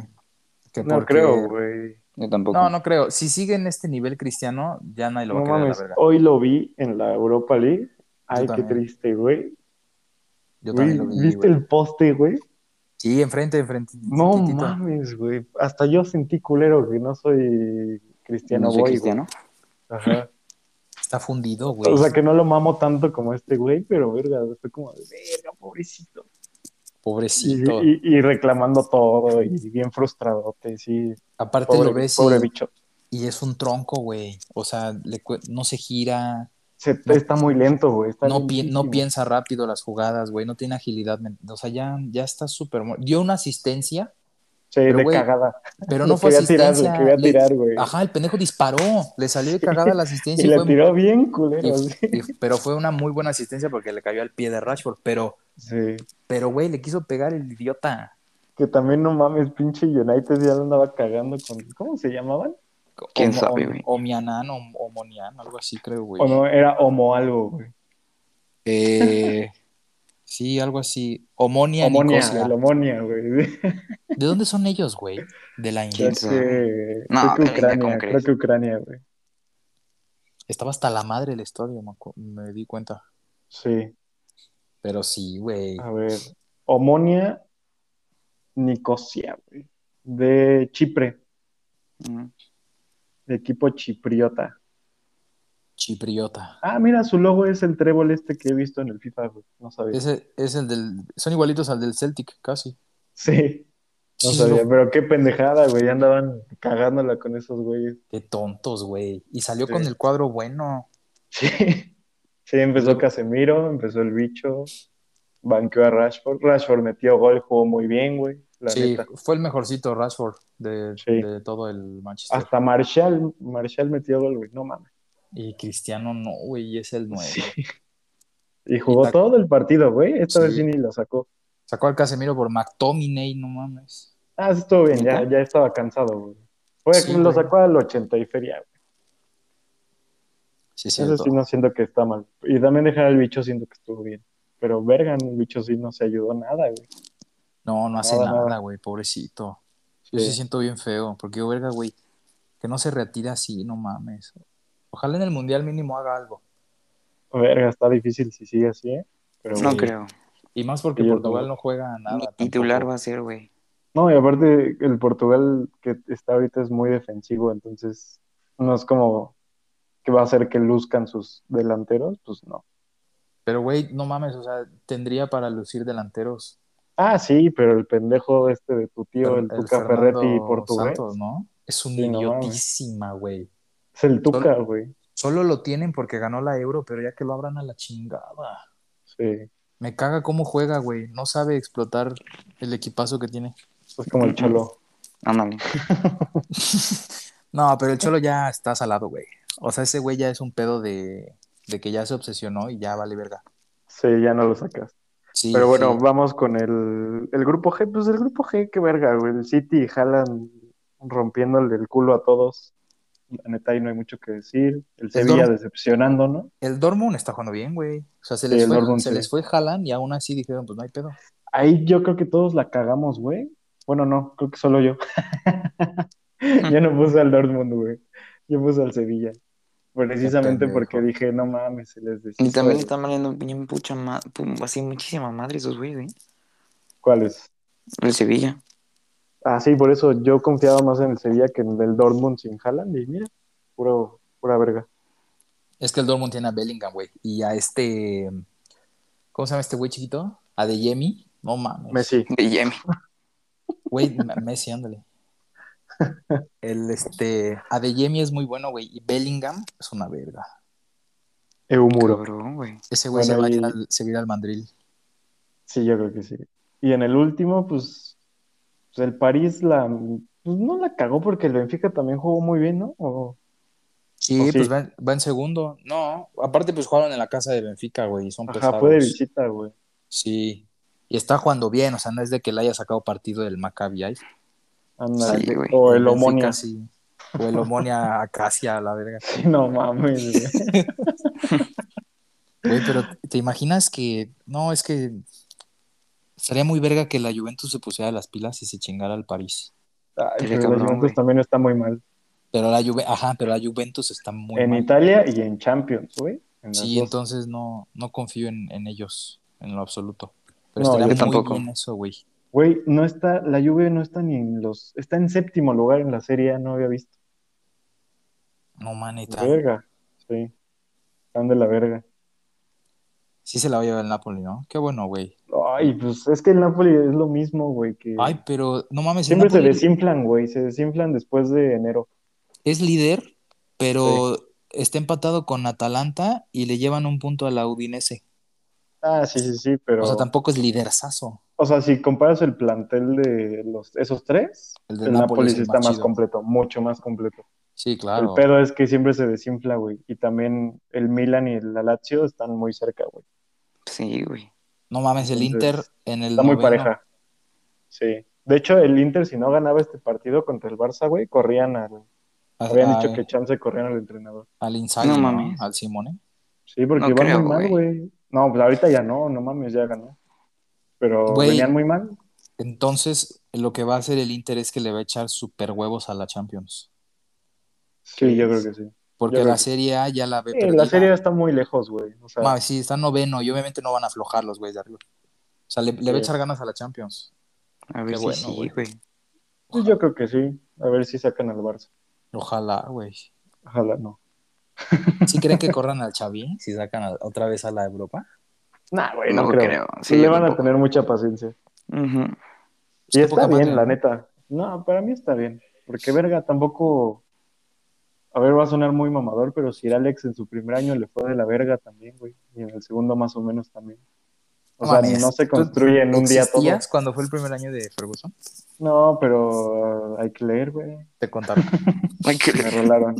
Que No porque- creo, güey. Yo tampoco. No, no creo. Si sigue en este nivel Cristiano, ya nadie lo va No a querer, la mames, verdad. hoy lo vi en la Europa League. Ay, qué también. triste, güey. Yo Güey, también lo vi, ¿Viste güey. el poste, güey? Sí, enfrente, enfrente. No chiquitito. mames, güey. Hasta yo sentí culero que no soy cristiano, No soy boy, cristiano. güey. Ajá. Está fundido, güey. O sea que no lo mamo tanto como este güey, pero verga, estoy como de verga, pobrecito. Y, Pobrecito. y- y reclamando todo y bien frustradote, sí. Aparte Pobre, lo ves y, pobre bicho. y es un tronco, güey. O sea, le cu- no se gira, Se- No- está muy lento, güey. está no, pi- no lentísimo. piensa rápido las jugadas, güey. No tiene agilidad. men- O sea, ya, ya está súper... mu- Dio una asistencia, Sí, pero, de güey, cagada. pero Le no fue quería tirar, asistencia. le quería le- tirar, güey. Ajá, el pendejo disparó. Le salió de cagada la asistencia. y y la fue- tiró bien, culero. y- sí. y- pero fue una muy buena asistencia porque le cayó al pie de Rashford. Pero, Sí. pero güey, le quiso pegar el idiota. Que también no mames, pinche United ya lo andaba cagando con. ¿Cómo se llamaban? ¿Quién Omo- sabe, güey? Omianan o, o Monian, algo así creo, güey. O no, era Homo algo, güey. Eh, sí, algo así. Omonia, Homonia, Nicosia. el Homonia, güey. ¿De dónde son ellos, güey? De la India. Creo ¿Quién que, No, creo que pero venga, Ucrania, ¿cómo creo crees? que Ucrania, güey. Estaba hasta la madre el estadio, me, acu- me di cuenta. Sí, Pero sí, güey. a ver. Homonia Nicosia, güey. De Chipre, Mm. equipo chipriota. Chipriota. Ah, mira, su logo es el trébol este que he visto en el FIFA, güey. No sabía. Ese es el del. Son igualitos al del Celtic, casi. Sí, no Sí, sabía. no. Pero qué pendejada, güey. Ya Andaban cagándola con esos güeyes. Qué tontos, güey. Y salió Sí. con el cuadro bueno. Sí. Sí, empezó Casemiro, empezó el bicho, banqueó a Rashford. Rashford metió gol, jugó muy bien, güey. La sí, neta. fue el mejorcito Rashford de, Sí. Ah. de todo el Manchester. Hasta Marshall, Marshall metió gol, güey. No mames. Y Cristiano no, güey, es el nueve. Sí. Y jugó Y ta- todo el partido, güey. Esta Sí. vez sí ni lo sacó. Sacó al Casemiro por McTominay, no mames. Ah, sí estuvo bien, ya, ¿Neta? ya estaba cansado, güey. Fue- Sí, lo güey. sacó al 80 y feria, güey. Sí, es Eso cierto. sí no siento que está mal. Y también dejar al bicho siento que estuvo bien. Pero verga, el bicho sí no se ayudó nada, güey. No, no hace Nada, nada. nada, güey, pobrecito. Yo sí Sí. siento bien feo, porque, verga, güey, que no se retire así, no mames. Ojalá en el Mundial mínimo haga algo. Verga, está difícil si sigue así, ¿eh? Pero, No güey, creo. Y más porque Sí, yo Portugal también. no juega a nada. Mi tampoco. titular va a ser, güey. No, y aparte el Portugal que está ahorita es muy defensivo, entonces no es como que que va a hacer que luzcan sus delanteros, pues no. Pero, güey, no mames, o sea, tendría para lucir delanteros. Ah, sí, pero el pendejo este de tu tío, el, Fer- Tuca Fernando Ferretti portugués, Santos, ¿no? Es un Sí, no mames. idiotísima, güey. es el Tuca, Solo- güey. Solo lo tienen porque ganó la Euro, pero ya que lo abran a la chingada. Sí, Me caga cómo juega, güey. No sabe explotar el equipazo que tiene. es como el Cholo. Ándale. No, pero el Cholo ya está salado, güey. O sea, ese güey ya es un pedo de, de que ya se obsesionó y ya vale verga. Sí, ya no lo sacas. Sí, Pero bueno, sí. vamos con el, el grupo G. Pues el grupo G, qué verga, güey. El City jalan rompiéndole el culo a todos. La neta, ahí no hay mucho que decir. Pues El Sevilla Dortmund. decepcionando, ¿no? el Dortmund está jugando bien, güey. O sea, se Sí, les, el fue, Dortmund, se sí. les fue Haaland y aún así dijeron, pues no hay pedo. Ahí yo creo que todos la cagamos, güey. Bueno, no, creo que solo yo. yo no puse al Dortmund, güey. Yo puse al Sevilla. Precisamente pendejo. porque dije, no mames, se les deshizo. Y también el- están valiendo bien pucha ma- pu- así muchísima madre esos güeyes, ¿eh? ¿Cuáles? El Sevilla. Ah, sí, por eso yo confiaba más en el Sevilla que en el Dortmund sin Haaland. Y mira, puro, pura verga. Es que el Dortmund tiene a Bellingham, güey. Y a este. ¿Cómo se llama este güey chiquito? A De Jemi. No mames. Messi. De Yemi. Güey, M- Messi, ándale. El este. A De Jemi es muy bueno, güey. Y Bellingham es una verga. Eumuro. Cabrón, güey. Ese güey Bueno, se, va a ir y- al, se va a ir al mandril. Sí, yo creo que sí. Y en el último, pues, pues, el París la, pues, no la cagó porque el Benfica también jugó muy bien, ¿no? O- Sí, ¿O sí? pues va, en- va en segundo. No, aparte, pues jugaron en la casa de Benfica, güey. y Son Ajá, pesados. fue de visita, güey. Sí. Y está jugando bien, o sea, no es de que le haya sacado partido del Maccabi. ahí. Ándale. Sí, güey. o el Benfica, Omonia. Sí. sí. O el Omonia a Casia, a la verga. no mames, güey. Güey, pero ¿te imaginas que.? No, es que. Sería muy verga que la Juventus se pusiera las pilas y se chingara al París. Ay, Qué pero la cabrón, Juventus güey. también está muy mal. Pero la Juve, ajá, pero la Juventus está muy en mal. Italia y en Champions, güey. En las Sí, dos. entonces no, no confío en, en ellos, en lo absoluto. Pero No, estaría yo muy tampoco. bien eso, güey. Güey, no está, la Juve no está ni en los, está en séptimo lugar en la Serie A, no había visto. No, maneta. Verga, sí. Están de la verga. Sí se la va a llevar el Napoli, ¿no? Qué bueno, güey. Ay, pues es que el Napoli es lo mismo, güey, que... Ay, pero no mames. el Siempre se Napoli desinflan, güey, se desinflan después de enero. Es líder, pero está empatado con Atalanta y le llevan un punto a la Udinese. Ah, sí, sí, sí, pero... O sea, tampoco es liderzazo. si comparas el plantel de los, esos tres, El el, del Napoli, Napoli es sí el está más más chido. completo, mucho más completo. Sí, El claro. pedo es que siempre se desinfla, güey, y también el Milan y el Lazio están muy cerca, güey. Sí, güey. No mames, el Entonces, Inter en el Está muy noveno. pareja. Sí. De hecho, el Inter, si no ganaba este partido contra el Barça, güey, corrían al... A- Habían a- dicho que chance corrían al entrenador. Al Inzaghi, No ¿no? mames. Al Simone. Sí, porque No iban creo, muy mal, güey. No, pues ahorita ya no, no mames, ya ganó. Pero Güey. venían muy mal. Entonces, lo que va a hacer el Inter es que le va a echar super huevos a la Champions. Sí, yo creo que sí. Yo Porque creo la que- Serie A ya la ve Eh, perdida. la serie está muy lejos, güey. O sea, Mames, sí, está noveno y obviamente no van a aflojar los güeyes de arriba. O sea, le, le va a Sí. echar ganas a la Champions. A ver Qué si bueno, sí, güey. güey. sí, pues yo creo que sí. A ver si sacan al Barça. Ojalá, güey. Ojalá no. ¿Sí creen que corran al Xavi si sacan a- otra vez a la Europa? Nah, güey, No creo. Sí, le yo van a tampoco. tener mucha paciencia. Ujú. Y Qué está poca bien, madre, la ¿no? neta. No, para mí está bien. Porque, verga, tampoco. A ver, va a sonar muy mamador, pero Sir Alex en su primer año le fue de la verga también, güey. Y en el segundo más o menos también. O No sea, mames, no se ¿tú construye en un día todo. ¿Existías cuando fue el primer año de Ferguson? No, pero ah, hay que leer, güey. Te contaba. Ay, qué- Me rolaron.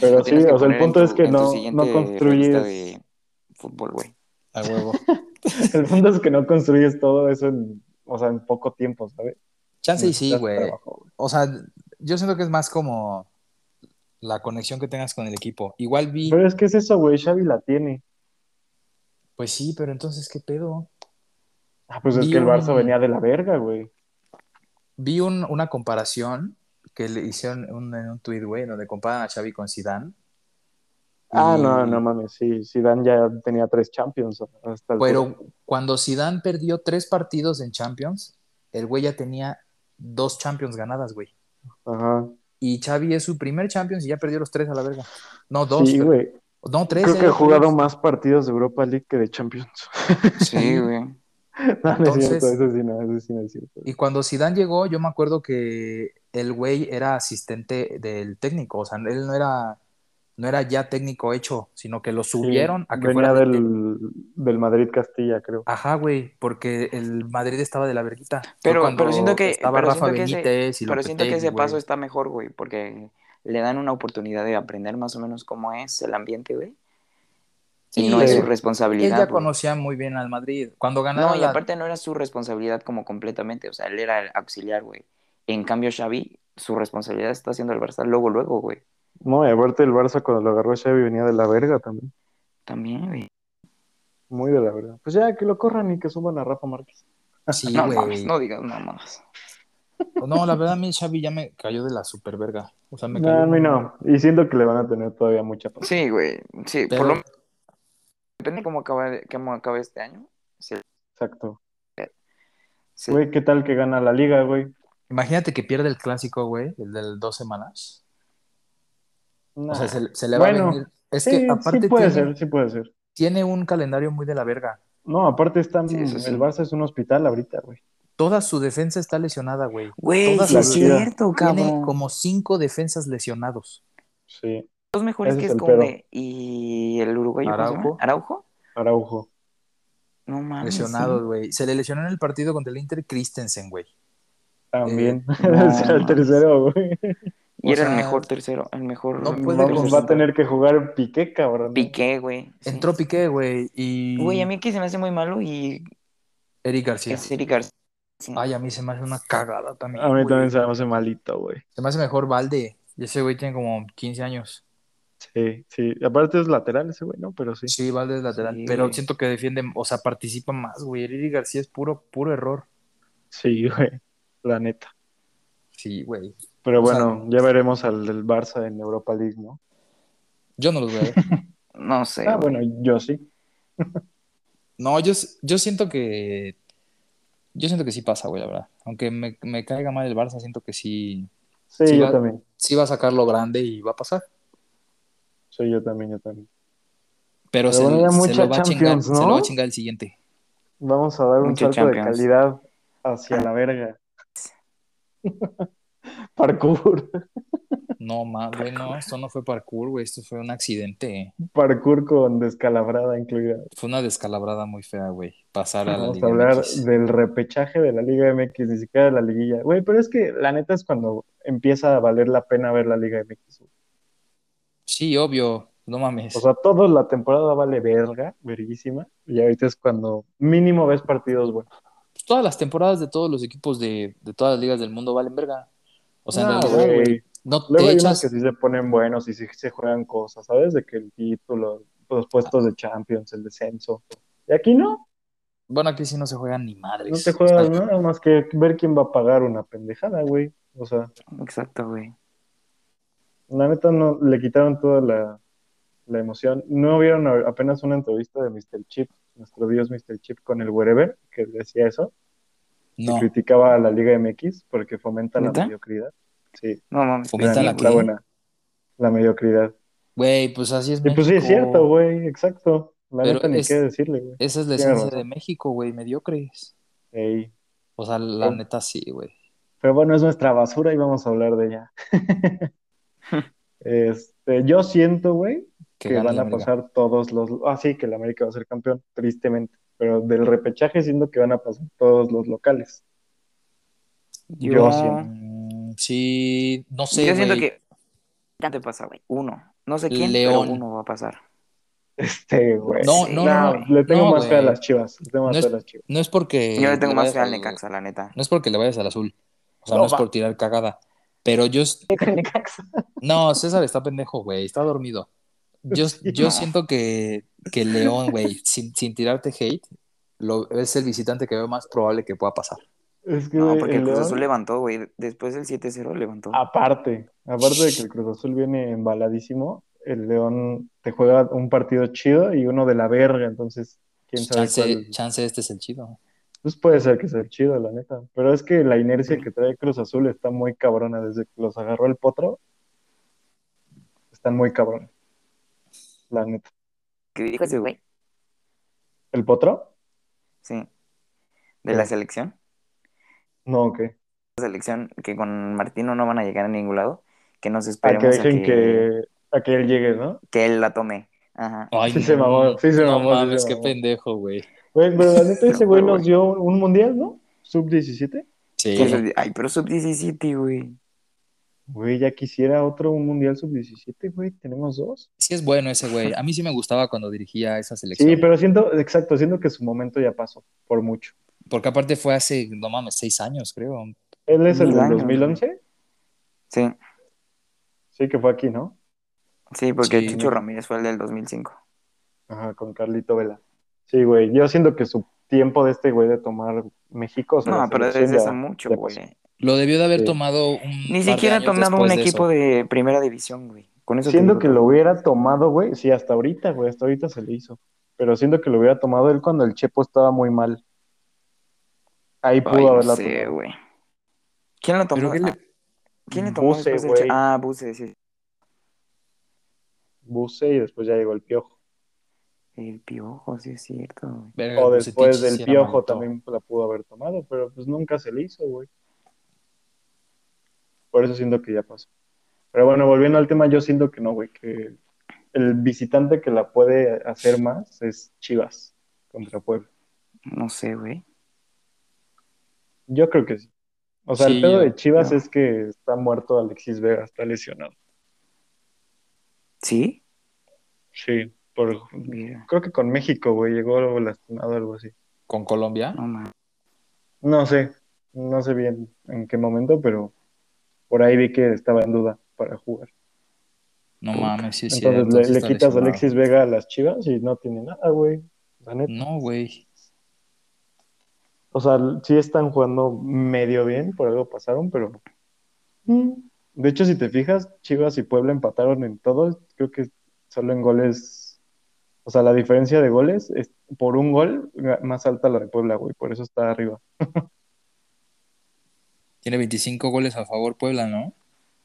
Pero sí, Tienes que o sea, el poner en punto tu- es que en tu no, siguiente no construyes. revista de fútbol, güey. A huevo. El punto es que no construyes todo eso en, o sea, en poco tiempo, ¿sabes? Chance y sí, Necesitas güey. trabajo, Ah, güey. O sea, yo siento que es más como la conexión que tengas con el equipo. Igual vi, Pero es que es eso, güey. Xavi la tiene. pues sí, pero entonces, ¿qué pedo? Ah, pues es Vi que el Barça un- venía de la verga, güey. Vi un- una comparación que le hicieron un- en un tweet, güey, donde comparan a Xavi con Zidane. Ah, Y- no, no mames. Sí, Zidane ya tenía tres Champions hasta el Pero cuando Zidane perdió tres partidos en Champions, el güey ya tenía dos Champions ganadas, güey. Ajá. Y Xavi es su primer Champions y ya perdió los tres a la verga. No, dos. sí, creo. güey. No, tres. Creo ya que he dijo jugado tres. más partidos de Europa League que de Champions. Sí, güey. No, no es Entonces- cierto, eso sí no, eso sí no es cierto. Y cuando Zidane llegó, yo me acuerdo que el güey era asistente del técnico, o sea, él no era no era ya técnico hecho, sino que lo subieron Sí, a que venía fuera de- del, del Madrid Castilla, creo. Ajá, güey, porque el Madrid estaba de la verguita. Fue Pero- cuando pero siento que- estaba pero Rafa siento que ese- Benítez y Pero siento que Lopetegui, ese güey. paso está mejor, güey, porque le dan una oportunidad de aprender más o menos cómo es el ambiente, güey. Sí, y no es eh, su él responsabilidad. Él ya güey. conocía muy bien al Madrid. Cuando ganaron No, y la- aparte no era su responsabilidad como completamente, o sea, él era el auxiliar, güey. En cambio, Xavi, su responsabilidad está haciendo el Barça luego, luego, güey. No, y aparte el Barça cuando lo agarró Xavi venía de la verga también. También, güey. Muy de la verga. Pues ya, que lo corran y que suban a Rafa Márquez. Sí, no güey. mames, no digas mamadas. No, la verdad a mí Xavi ya me cayó de la super verga. O sea, me No, cayó a mí muy- no. Y siento que le van a tener todavía mucha paz. Sí, güey, sí, Pero- por lo menos depende cómo acaba, cómo acabe este año. Sí, Exacto. sí. Güey, ¿qué tal que gana la liga, güey? Imagínate que pierde el clásico, güey, el del dos semanas. Nah. O sea, se, se le va Bueno, a venir. Es sí, que aparte sí puede tiene, ser, sí puede ser. tiene un calendario muy de la verga. No, aparte están, Sí, eso sí. el Barça es un hospital ahorita, güey. Toda su defensa está lesionada, güey. Güey, Todas sí es las vidas. cierto, Tiene cabrón. como cinco defensas lesionados. Sí, Los mejores ese que es el esconde y el uruguayo ¿cómo se llama? Araujo. Araujo. Araujo. No mames. Lesionados, Ah, sí. güey. Se le lesionó en el partido contra el Inter Christensen, güey. También. no Debe ser el mames. tercero, güey. Y O era sea, el mejor tercero, el mejor. no puede Vamos, con- va a tener que jugar Piqué, cabrón. Piqué, güey. sí. Entró Piqué, güey. Y Güey, a mí que se me hace muy malo y Eric García. es Eric García. Ay, a mí se me hace una cagada también. A mí güey. también se me hace malito, güey. Se me hace mejor Valde. Y ese güey tiene como 15 años. Sí, sí. Aparte es lateral ese güey, ¿no? Pero sí. Sí, Valde es lateral. Sí. Pero siento que defiende, o sea, participa más, güey. Eric García es puro, puro error. Sí, güey. La neta. Sí, güey. Pero O sea, bueno, ya veremos al del Barça en Europa League, ¿no? Yo no los veo. ¿eh? No sé. Ah, güey. bueno, yo sí. No, yo, yo siento que. Yo siento que sí pasa, güey, la verdad. Aunque me, me caiga mal el Barça, siento que sí. Sí, Sí, yo va- también. Sí va a sacar lo grande y va a pasar. Sí, yo también, yo también. Pero, Pero se, bueno, ya se mucha lo va a chingar, Champions, se lo va ¿no? a chingar el siguiente. Vamos a dar un Mucho salto de Champions. calidad hacia la verga. Parkour. No, más, güey, no, esto no fue parkour, güey, esto fue un accidente. Parkour con descalabrada incluida. Fue una descalabrada muy fea, güey. Pasar a la Vamos Liga a hablar MX. del repechaje de la Liga MX, ni siquiera de la liguilla. Güey, pero es que la neta es cuando empieza a valer la pena ver la Liga MX. güey. Sí, obvio, no mames. O sea, toda la temporada vale verga, verguísima. Y ahorita es cuando mínimo ves partidos buenos. Pues todas las temporadas de todos los equipos de, de todas las ligas del mundo valen verga. O sea, No, en realidad, güey. Ah, güey, no Luego te hay echas. unos que sí se ponen buenos y sí se juegan cosas, ¿sabes? De que el título, los puestos de Champions, el descenso. Y aquí no, Bueno, aquí sí no se juegan ni madres. no te O juegas sea, nada más que ver quién va a pagar una pendejada, güey. O sea, Exacto, güey. la neta no le quitaron toda la, la emoción. No vieron a- apenas una entrevista de Mr. Chip, nuestro dios Mr. Chip con el Wherever, que decía eso, No, que criticaba a la Liga MX porque fomenta la ¿Neta? mediocridad. Sí, No mames. Fomenta está, la está qué? buena. La mediocridad. güey, pues así es Y pues sí, es México. cierto, güey, exacto. La Pero neta ni es- qué decirle, güey. Esa es la Tienes esencia razón. de México, güey, mediocres. Ey. O sea, la Sí. neta sí, güey. Pero bueno, es nuestra basura y vamos a hablar de ella. este, yo siento, güey, que, gane van la a América. pasar todos los. Ah, sí, que el América va a ser campeón, tristemente. Pero del repechaje siento que van a pasar todos los locales. Yo siento. Mm, Sí, no sé, Yo siento güey. que. ¿Qué te pasa, güey? Uno. No sé quién, León. pero uno va a pasar. Este, güey. No, no, no, Le tengo no, más fe a güey. las chivas. Le tengo más No es- fe a las chivas. No es porque. Yo le tengo más vayas fe al Necaxa, la neta. No es porque le vayas al azul. O sea, No, no, es va. por tirar cagada. Pero yo. No, César está pendejo, güey. Está dormido. Yo, yo No. siento que, que León, güey, sin, sin tirarte hate, lo, es el visitante que veo más probable que pueda pasar. Es que, No, güey, porque el el Cruz León- Ah, Azul levantó, güey. Después del 7-0 levantó. Aparte, aparte de que el Cruz Azul viene embaladísimo, el León te juega un partido chido y uno de la verga, entonces quién sabe Chance, cuál. chance este es el chido. Pues puede ser que sea chido, la neta. Pero es que la inercia que trae Cruz Azul está muy cabrona desde que los agarró el potro. Están muy cabrones. La neta. ¿Qué pues, dijo ese güey? ¿El potro? Sí. ¿De la selección? No, ¿qué? La selección que con Martino no van a llegar a ningún lado. Que nos A Ah, que esperemos dejen que, a que él llegue, ¿no? que él la tome. Ajá. Ay, Sí se mamó, sí se no mamó, sí se mames, qué mamó. pendejo, güey. Güey, Pues, pero la neta ese Pero, güey güey. nos dio un mundial, ¿no? Sub-17. Sí. Que sub- Ay, pero sub-17, güey. Güey, ya quisiera otro un mundial sub-17, güey. Tenemos dos. Sí es bueno ese güey. A mí sí me gustaba cuando dirigía esa selección. Sí, pero siento, exacto, siento que su momento ya pasó, por mucho. Porque aparte fue hace, no mames, seis años, creo. Él es el Mil del años. 2011, Sí, sí, que fue aquí, ¿no? sí, porque Sí. Chucho Ramírez fue el del 2005. Ajá, con Carlito Vela. Sí, güey, yo siento que su tiempo de este güey de tomar México... o sea, No, Pues, la pero selección desde hace ya- mucho, ya güey. pasó. Lo debió de haber Sí. tomado un. Ni siquiera ha tomado un equipo de, primera división, güey. Con eso te Siento digo que todo. lo hubiera tomado, güey, sí, hasta ahorita, güey, hasta ahorita se le hizo. Pero siento que lo hubiera tomado él cuando el Chepo estaba muy mal. Ahí pudo Ay, no haberla sé, tomado. güey. ¿Quién lo tomó? Pero que le- Ah, ¿Quién le tomó Buse, después del güey. Che- Ah, Buse, sí. Buse y después ya llegó el Piojo. El Piojo, sí es cierto, güey. O después del Piojo también la pudo haber tomado, pero pues nunca se le hizo, güey. Por eso siento que ya pasó. Pero bueno, volviendo al tema, yo siento que no, güey, que el visitante que la puede hacer más es Chivas contra Puebla. No sé, güey. Yo creo que sí. O sea, Sí, el pedo yo- de Chivas yo. es que está muerto Alexis Vega, está lesionado. ¿Sí? Sí, por... Mira, creo que con México, güey, llegó lastimado algo así. Con Colombia. no mames. No sé, no sé bien en qué momento, pero por ahí vi que estaba en duda para jugar. No mames, sí es cierto. Entonces le- sí le, está quitas a lesionado. Alexis Vega a las Chivas y no tiene nada, güey. La neta. No, güey. O sea, sí están jugando medio bien, por algo pasaron, pero... mm. De hecho, si te fijas, Chivas y Puebla empataron en todo, creo que solo en goles... O sea, la diferencia de goles es por un gol ga- más alta la de Puebla, güey, por eso está arriba. Tiene 25 goles a favor Puebla, ¿no?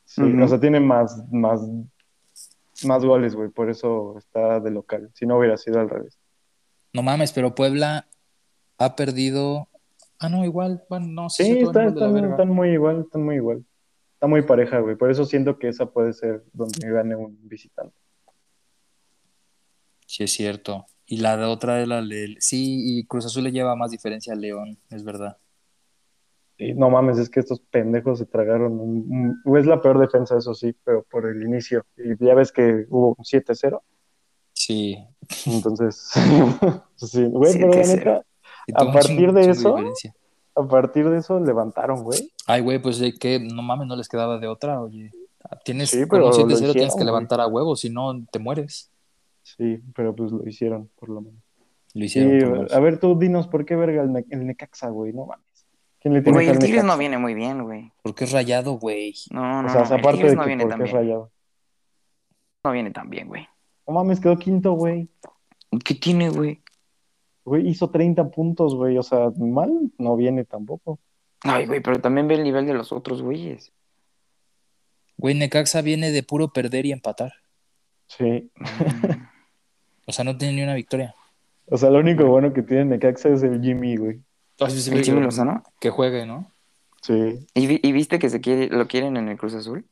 Sí, Ujú. O sea, tiene más, más, más goles, güey, por eso está de local. Si no hubiera sido al revés. No mames, pero Puebla ha perdido. Ah, no, igual. Bueno, no Sí, se sacó el está- gol de la están, verga. están muy igual, están muy igual. Está muy pareja, güey. Por eso siento que esa puede ser donde gane un visitante. Sí, es cierto. Y la de otra de la de- Sí, y Cruz Azul le lleva más diferencia a León, es verdad. Y no mames, es que estos pendejos se tragaron un, un- Es la peor defensa, eso sí, pero por el inicio. Y ya ves que hubo un 7-0. Sí. Entonces, sí, güey, pero la 7-0. neta, Y A tomas un partir de chingo eso- diferencia. a partir de eso levantaron, güey. Ay, güey, pues de que no mames, no les quedaba de otra, oye. Ah, Tienes Sí, con pero un lo 7-0 tienes hicieron, que güey. levantar a huevo, si no te mueres. Sí, pero pues lo hicieron, por lo menos. Lo Sí, hicieron. por menos. a ver, tú dinos por qué verga el, Ne- el Necaxa, güey, no mames. ¿Quién le tiene Güey, que el al Tigres Necaxa? no viene muy bien, güey. Porque es rayado, güey. No, no, O sea, no. El aparte Tigres de no que viene porque tan es bien. rayado. No viene tan bien, güey. No mames, quedó quinto, güey. ¿Qué tiene, güey? Güey, hizo 30 puntos, güey. O sea, mal no viene tampoco. Ay, güey, pero también ve el nivel de los otros güeyes. Güey, Necaxa viene de puro perder y empatar. Sí. Mm, O sea, no tiene ni una victoria. O sea, lo único bueno que tiene Necaxa es el Jimmy, güey. El Jimmy Lozano. que juegue, ¿no? Sí, ¿Y, vi- y viste que se quiere, lo quieren en el Cruz Azul?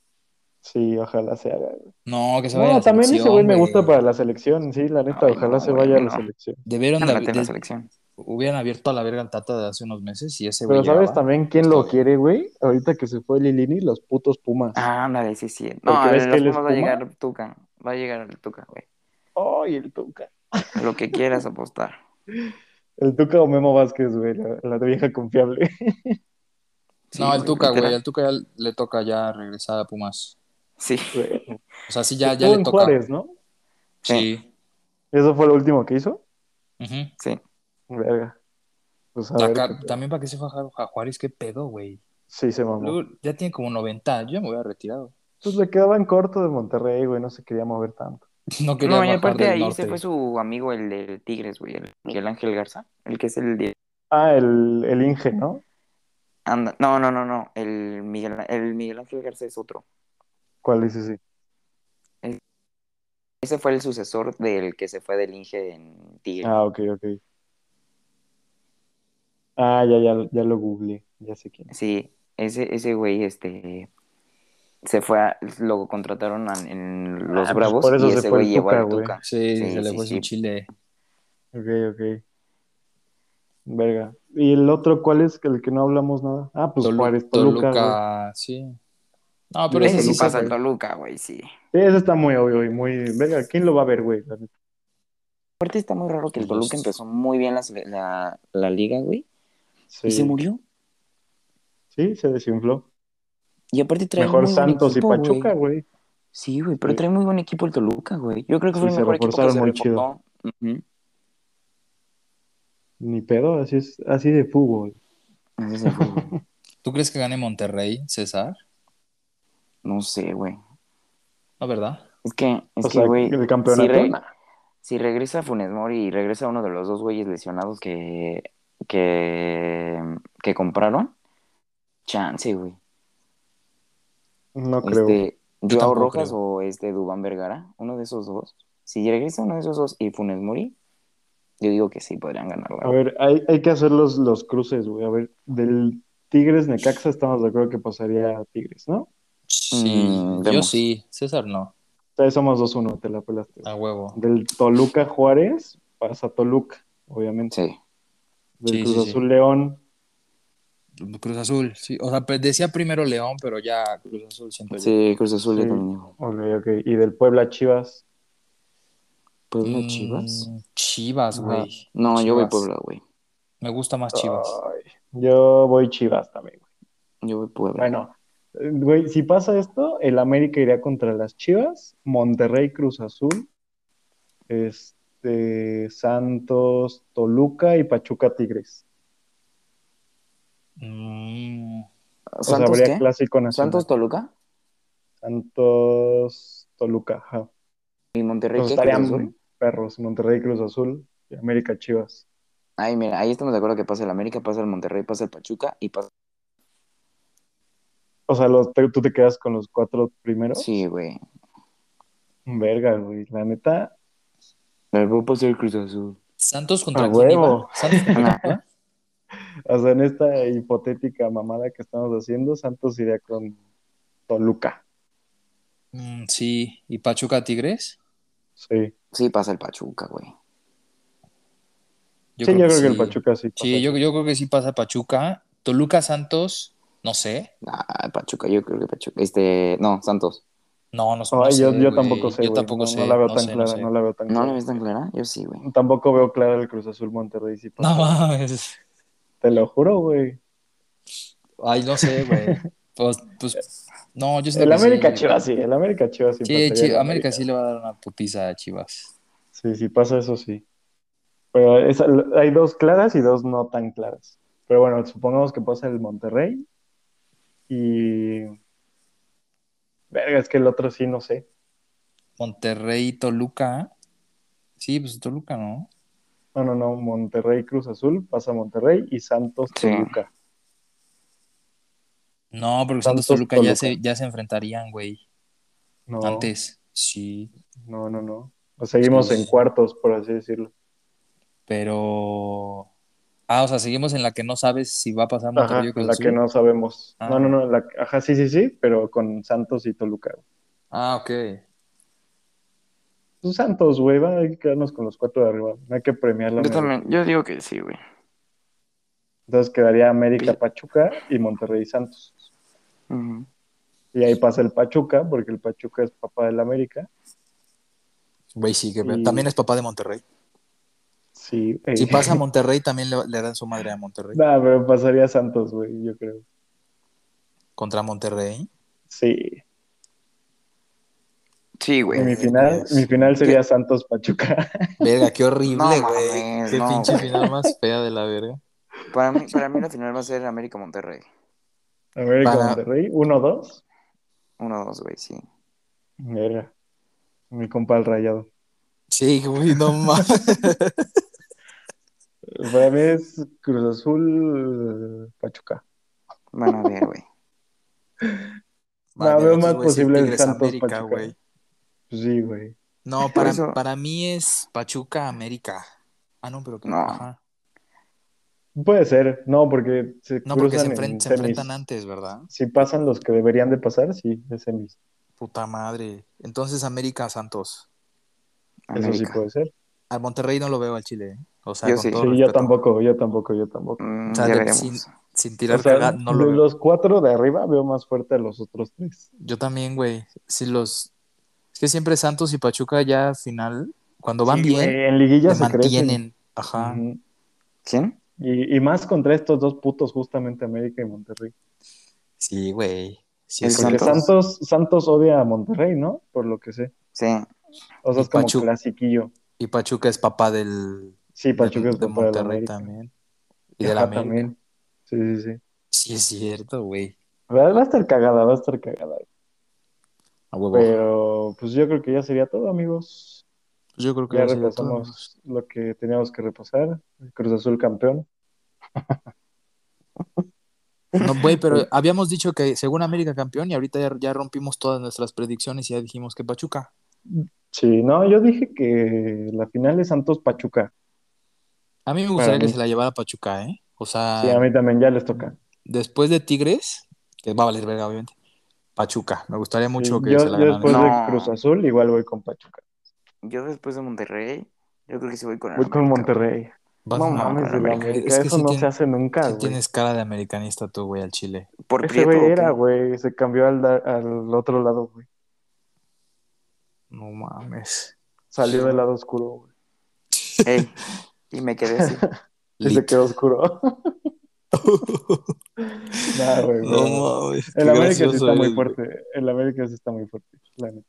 sí, ojalá se haga. güey. No, que se vaya a No, la también ese selección, güey me gusta para la selección, sí, la neta, Ay, ojalá no, se güey, vaya a la no. selección. Debieron de, Ándate en la de- selección. hubieran abierto a la verga al Tata de hace unos meses y ese güey Pero ¿sabes llegaba. también quién lo Está bien. quiere, güey? Ahorita que se fue Lilini, los putos Pumas. Ah, ándale, sí, sí. No, Porque a ves que los él es Pumas va Puma. a llegar Tuca. Va a llegar el Tuca, güey. Ay, el Tuca. Lo que quieras apostar. El Tuca o Memo Vázquez, güey, la, la vieja confiable. Sí, No, el Tuca, güey. literal. El Tuca ya le toca ya regresar a Pumas. Sí. güey. O sea, sí, ya, ya Estuvo le en toca. Juárez, ¿no? Sí. ¿Eso fue lo último que hizo? Ujú. Verga. Pues a ver Acá- qué pedo. también para que se fue a Jaro- a Juárez, qué pedo, güey. Sí, se mamó. Luego ya tiene como 90. Yo ya me voy a retirado. Pues le quedaban corto de Monterrey, güey, no se quería mover tanto. No quería No, y bajar aparte del ahí norte. se fue su amigo, el de Tigres, güey. el Miguel Ángel Garza. El que es el de Ah, el, el Inge, ¿no? Anda- no, no, no, no. El Miguel, el Miguel Ángel Garcés es otro. ¿Cuál es ese? Ese fue el sucesor del que se fue del Inge en Tigre. Ah, ok, ok. Ah, ya, ya, ya lo googleé. Ya sé quién. es. Sí, ese, ese güey, este. Se fue a- lo contrataron a- en los Ah, pues Bravos por eso y se ese fue el güey llevó Tuca, al güey. Tuca. Sí, Sí, se le sí, fue sí. su chile. Ok, ok. Verga. ¿Y el otro cuál es? El que no hablamos nada. Ah, pues Tolu- Juárez, Toluca. Toluca, güey. sí. No, pero ese eso sí sí se pasa al fue. Toluca, güey, sí. Sí, ese está muy obvio y muy. Verga, ¿quién lo va a ver, güey? La neta. Aparte está muy raro que el Los- Toluca empezó muy bien las- la, la liga, güey, Sí. y se murió. Sí, se desinfló. Y aparte trae Mejor muy Santos buen equipo, y Pachuca, güey. güey. Sí, güey, pero Sí. trae muy buen equipo el Toluca, güey. Yo creo que Sí, fue el se mejor equipo que se reforzaron muy reformó. Ujú. Ni pedo, así es, así de fútbol. Así se fue, güey. ¿Tú crees que gane Monterrey, César? No sé, güey. No, ¿verdad? Es que, es O que, sea, güey, el campeonato. si, re- nah. si regresa Funes Mori y regresa uno de los dos güeyes lesionados que, que, que compraron, chance, güey. No creo. Este, Joao tampoco Rojas creo. o este Dubán Vergara, uno de esos dos. Si regresa uno de esos dos y Funes Mori, yo digo que sí podrían ganarla. A güey. ver, hay, hay que hacer los, los cruces, güey. A ver, del Tigres Necaxa estamos de acuerdo que pasaría a Tigres, ¿no? Sí, Mm, yo vemos. sí. César no, Entonces somos 2-1, te la pelaste. Ah. güey. a huevo. Del Toluca Juárez pasa Toluca, obviamente. Sí. Del Sí, Cruz sí, sí. Azul León. Cruz Azul, sí. O sea, pues, decía primero León, pero ya Cruz Azul siento yo. Sí, Cruz Azul Sí. yo también digo. Ok, ok. Y del Puebla Chivas. ¿Puebla Mm, Chivas? Chivas, Ajá. güey. No, yo voy Chivas. Puebla, güey. Me gusta más Chivas. Ay, yo voy Chivas también, güey. Yo voy Puebla. Bueno, eh, güey, si pasa esto, el América iría contra las Chivas, Monterrey Cruz Azul, este Santos, Toluca y Pachuca Tigres. Mm, O sea, ¿Santos habría qué? clásico nacional. ¿Santos Santos, Toluca? Toluca, ajá. ¿Y Monterrey Entonces qué? Cruz estarían Azul? perros, Monterrey Cruz Azul y América Chivas. Ay, mira, ahí estamos de acuerdo que pasa el América, pasa el Monterrey, pasa el Pachuca y pasa. O sea, los, te- tú te quedas con los cuatro primeros. Sí, güey. Verga, güey. La neta, Les voy a pasar el Cruz Azul. Santos contra A quién iba? huevo. Santos contra quién iba? o sea, en esta hipotética mamada que estamos haciendo, Santos iría con Toluca. Mm, sí, y Pachuca Tigres. Sí. Sí, pasa el Pachuca, güey. sí, yo creo que el Pachuca sí. pasa. Sí, yo, yo creo que sí pasa Pachuca. Toluca Santos, no sé. Ah, Pachuca, yo creo que Pachuca. Este, no, Santos. No, no, no Ay, sé. yo, yo güey. tampoco sé, Yo güey. tampoco no, sé. no la veo no tan sé, no clara, sé. no la veo tan ¿No la clara. ves tan clara? Yo sí, güey. Tampoco veo clara el Cruz Azul Monterrey si pasa. No mames. Te lo juro, güey. Ay, no sé, güey. Pues, pues, no, yo siento El que sí. América Chivas sí, el América Chivas sí. Sí, pasaría Chi- el América sí le va a dar una putiza a Chivas. Sí, sí pasa eso sí. Pero esa- hay dos claras y dos no tan claras. Pero bueno, supongamos que pasa el Monterrey y... Verga, es que el otro sí, no sé. Monterrey, Toluca. Sí, pues Toluca, ¿no? No, no, no, Monterrey Cruz Azul, pasa Monterrey y Santos Sí. Toluca. No, porque Santos Santos, Toluca, Toluca. Ya, se, ya se enfrentarían, güey. No, Antes. Sí. no, no, no. Nos seguimos Sí. en cuartos, por así decirlo. Pero. Ah, o sea, seguimos en la que no sabes si va a pasar Ajá, Monterrey o Cruz la Azul. que no sabemos. Ah. No, no, no, la... ajá, sí, sí, sí, pero con Santos y Toluca. Ah, ok. Pues Santos, güey, va, hay que quedarnos con los cuatro de arriba. No hay que premiar la Yo América. también, yo digo que sí, güey. Entonces quedaría América, Pachuca y Monterrey Santos. Ujú. Y ahí pasa el Pachuca, porque el Pachuca es papá del América. Güey, sí, que Y- también es papá de Monterrey. Sí, Si eh. pasa a Monterrey, también le, le dan su madre a Monterrey. Nah, pero pasaría Santos, güey, yo creo. Contra Monterrey. Sí. Sí, Y mi güey. final, mi final sería Santos Pachuca. Verga, qué horrible, No güey. mames, qué no, pinche güey. final más fea de la verga. Para mí, para mí la final va a ser América Monterrey. América Para- Monterrey, 1-2. Uno, dos, güey, sí. Mira. Mi compa el rayado. Sí, güey, no mames. Para mí es Cruz Azul Pachuca. Van a ver, güey. No, Vale, veo entonces más voy a decir posible el Tigres Santos América, Pachuca. güey. Pues sí, güey. No, para, eso- para mí es Pachuca América. Ah, no, pero que No. ajá. Puede ser, no, porque se No, porque cruzan se, enfren- en se semis. enfrentan antes, ¿verdad? Si pasan los que deberían de pasar, sí, es semis. Puta madre. Entonces América Santos. Eso sí América. puede ser. Al Monterrey no lo veo al Chile. ¿eh? O sea, Yo con sí. todo Sí, yo respeto. tampoco, yo tampoco, yo tampoco. Mm, O sea, ya de- veremos. sin, sin O tirar sea, cagada, no lo de veo. los cuatro de arriba veo más fuerte a los otros tres. Yo también, güey. Si los. Es que siempre Santos y Pachuca ya al final, cuando van Sí, bien, güey, en liguilla se se crecen. mantienen. Ajá. Ujú. ¿Quién? y, y más contra estos dos putos, justamente América y Monterrey. Sí, güey. Sí, El es Porque cierto. Santos. Santos, Santos odia a Monterrey, ¿no? Por lo que sé. Sí. O sea, Y es como Pachuca. clasiquillo. Y Pachuca es papá del. Sí, Pachuca del- es de papá de la Monterrey América. también. Y de la Ajá, América. también. Sí, sí, sí. Sí, es cierto, güey. Va va a estar cagada, va a estar cagada. A huevo. Pero pues yo creo que ya sería todo, amigos. Yo creo que Ya va a ser de todo, amigos. repasamos lo que teníamos que repasar. Cruz Azul campeón. No, güey, pero habíamos dicho que según América campeón y ahorita ya, ya rompimos todas nuestras predicciones y ya dijimos que Pachuca. Sí, no, yo dije que la final es Santos Pachuca. A mí me gustaría Para mí. que se la llevara Pachuca, ¿eh? O sea, Sí, a mí también ya les toca. después de Tigres, que va a valer verga, obviamente. Pachuca, me gustaría mucho Sí, que yo, se la yo ganara. después de No. Cruz Azul igual voy con Pachuca. Yo después de Monterrey, yo creo que sí voy con el Voy con América, Monterrey. Vas No con la- mames, con el América. América. Es que Eso sí no tien- se hace nunca, sí güey. tienes cara de americanista tú, güey, al Chile. güey. Por Ese Prieto. güey ¿o era, qué? güey. Se cambió al, da- al otro lado, güey. No mames. Salió del lado oscuro, güey. Ey, y me quedé así. Y se Lit. quedó oscuro. Nah, güey, güey. No mames. El qué América sí gracioso eh. está muy eres, güey. fuerte. El América sí está muy fuerte. la neta.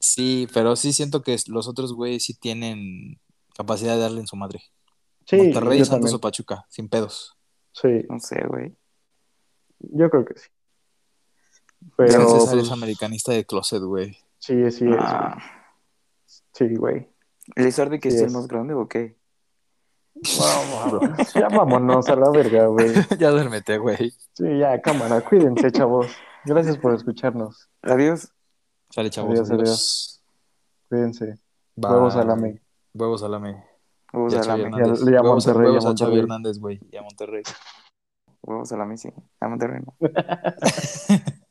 Sí, pero sí siento que los otros güeyes sí tienen capacidad de darle en su madre. Sí, Monterrey, yo Santos también. o Pachuca, sin pedos. Sí, No sé, güey. yo creo que sí. Ya Pero. César pues, es americanista de closet, güey. sí, sí, es, Ah, güey. sí, güey. ¿Lizardi que Sí es el es. más grande o qué? Vamos, ya vámonos a la verga, güey. ya duérmete, güey. Sí, ya, cámara. Cuídense, chavos. Gracias por escucharnos. Adiós. Sale, chavos. Adiós, adiós. Cuídense. Bye. Huevos al AME. Huevos al AME. Huevos Y a a la Xavi mesa. Hernández. Y a- y a Huevos a- Monterrey, huevos y a a Xavi Monterrey. Hernández, güey. Y a Monterrey. Huevos a la mesa. A Monterrey no.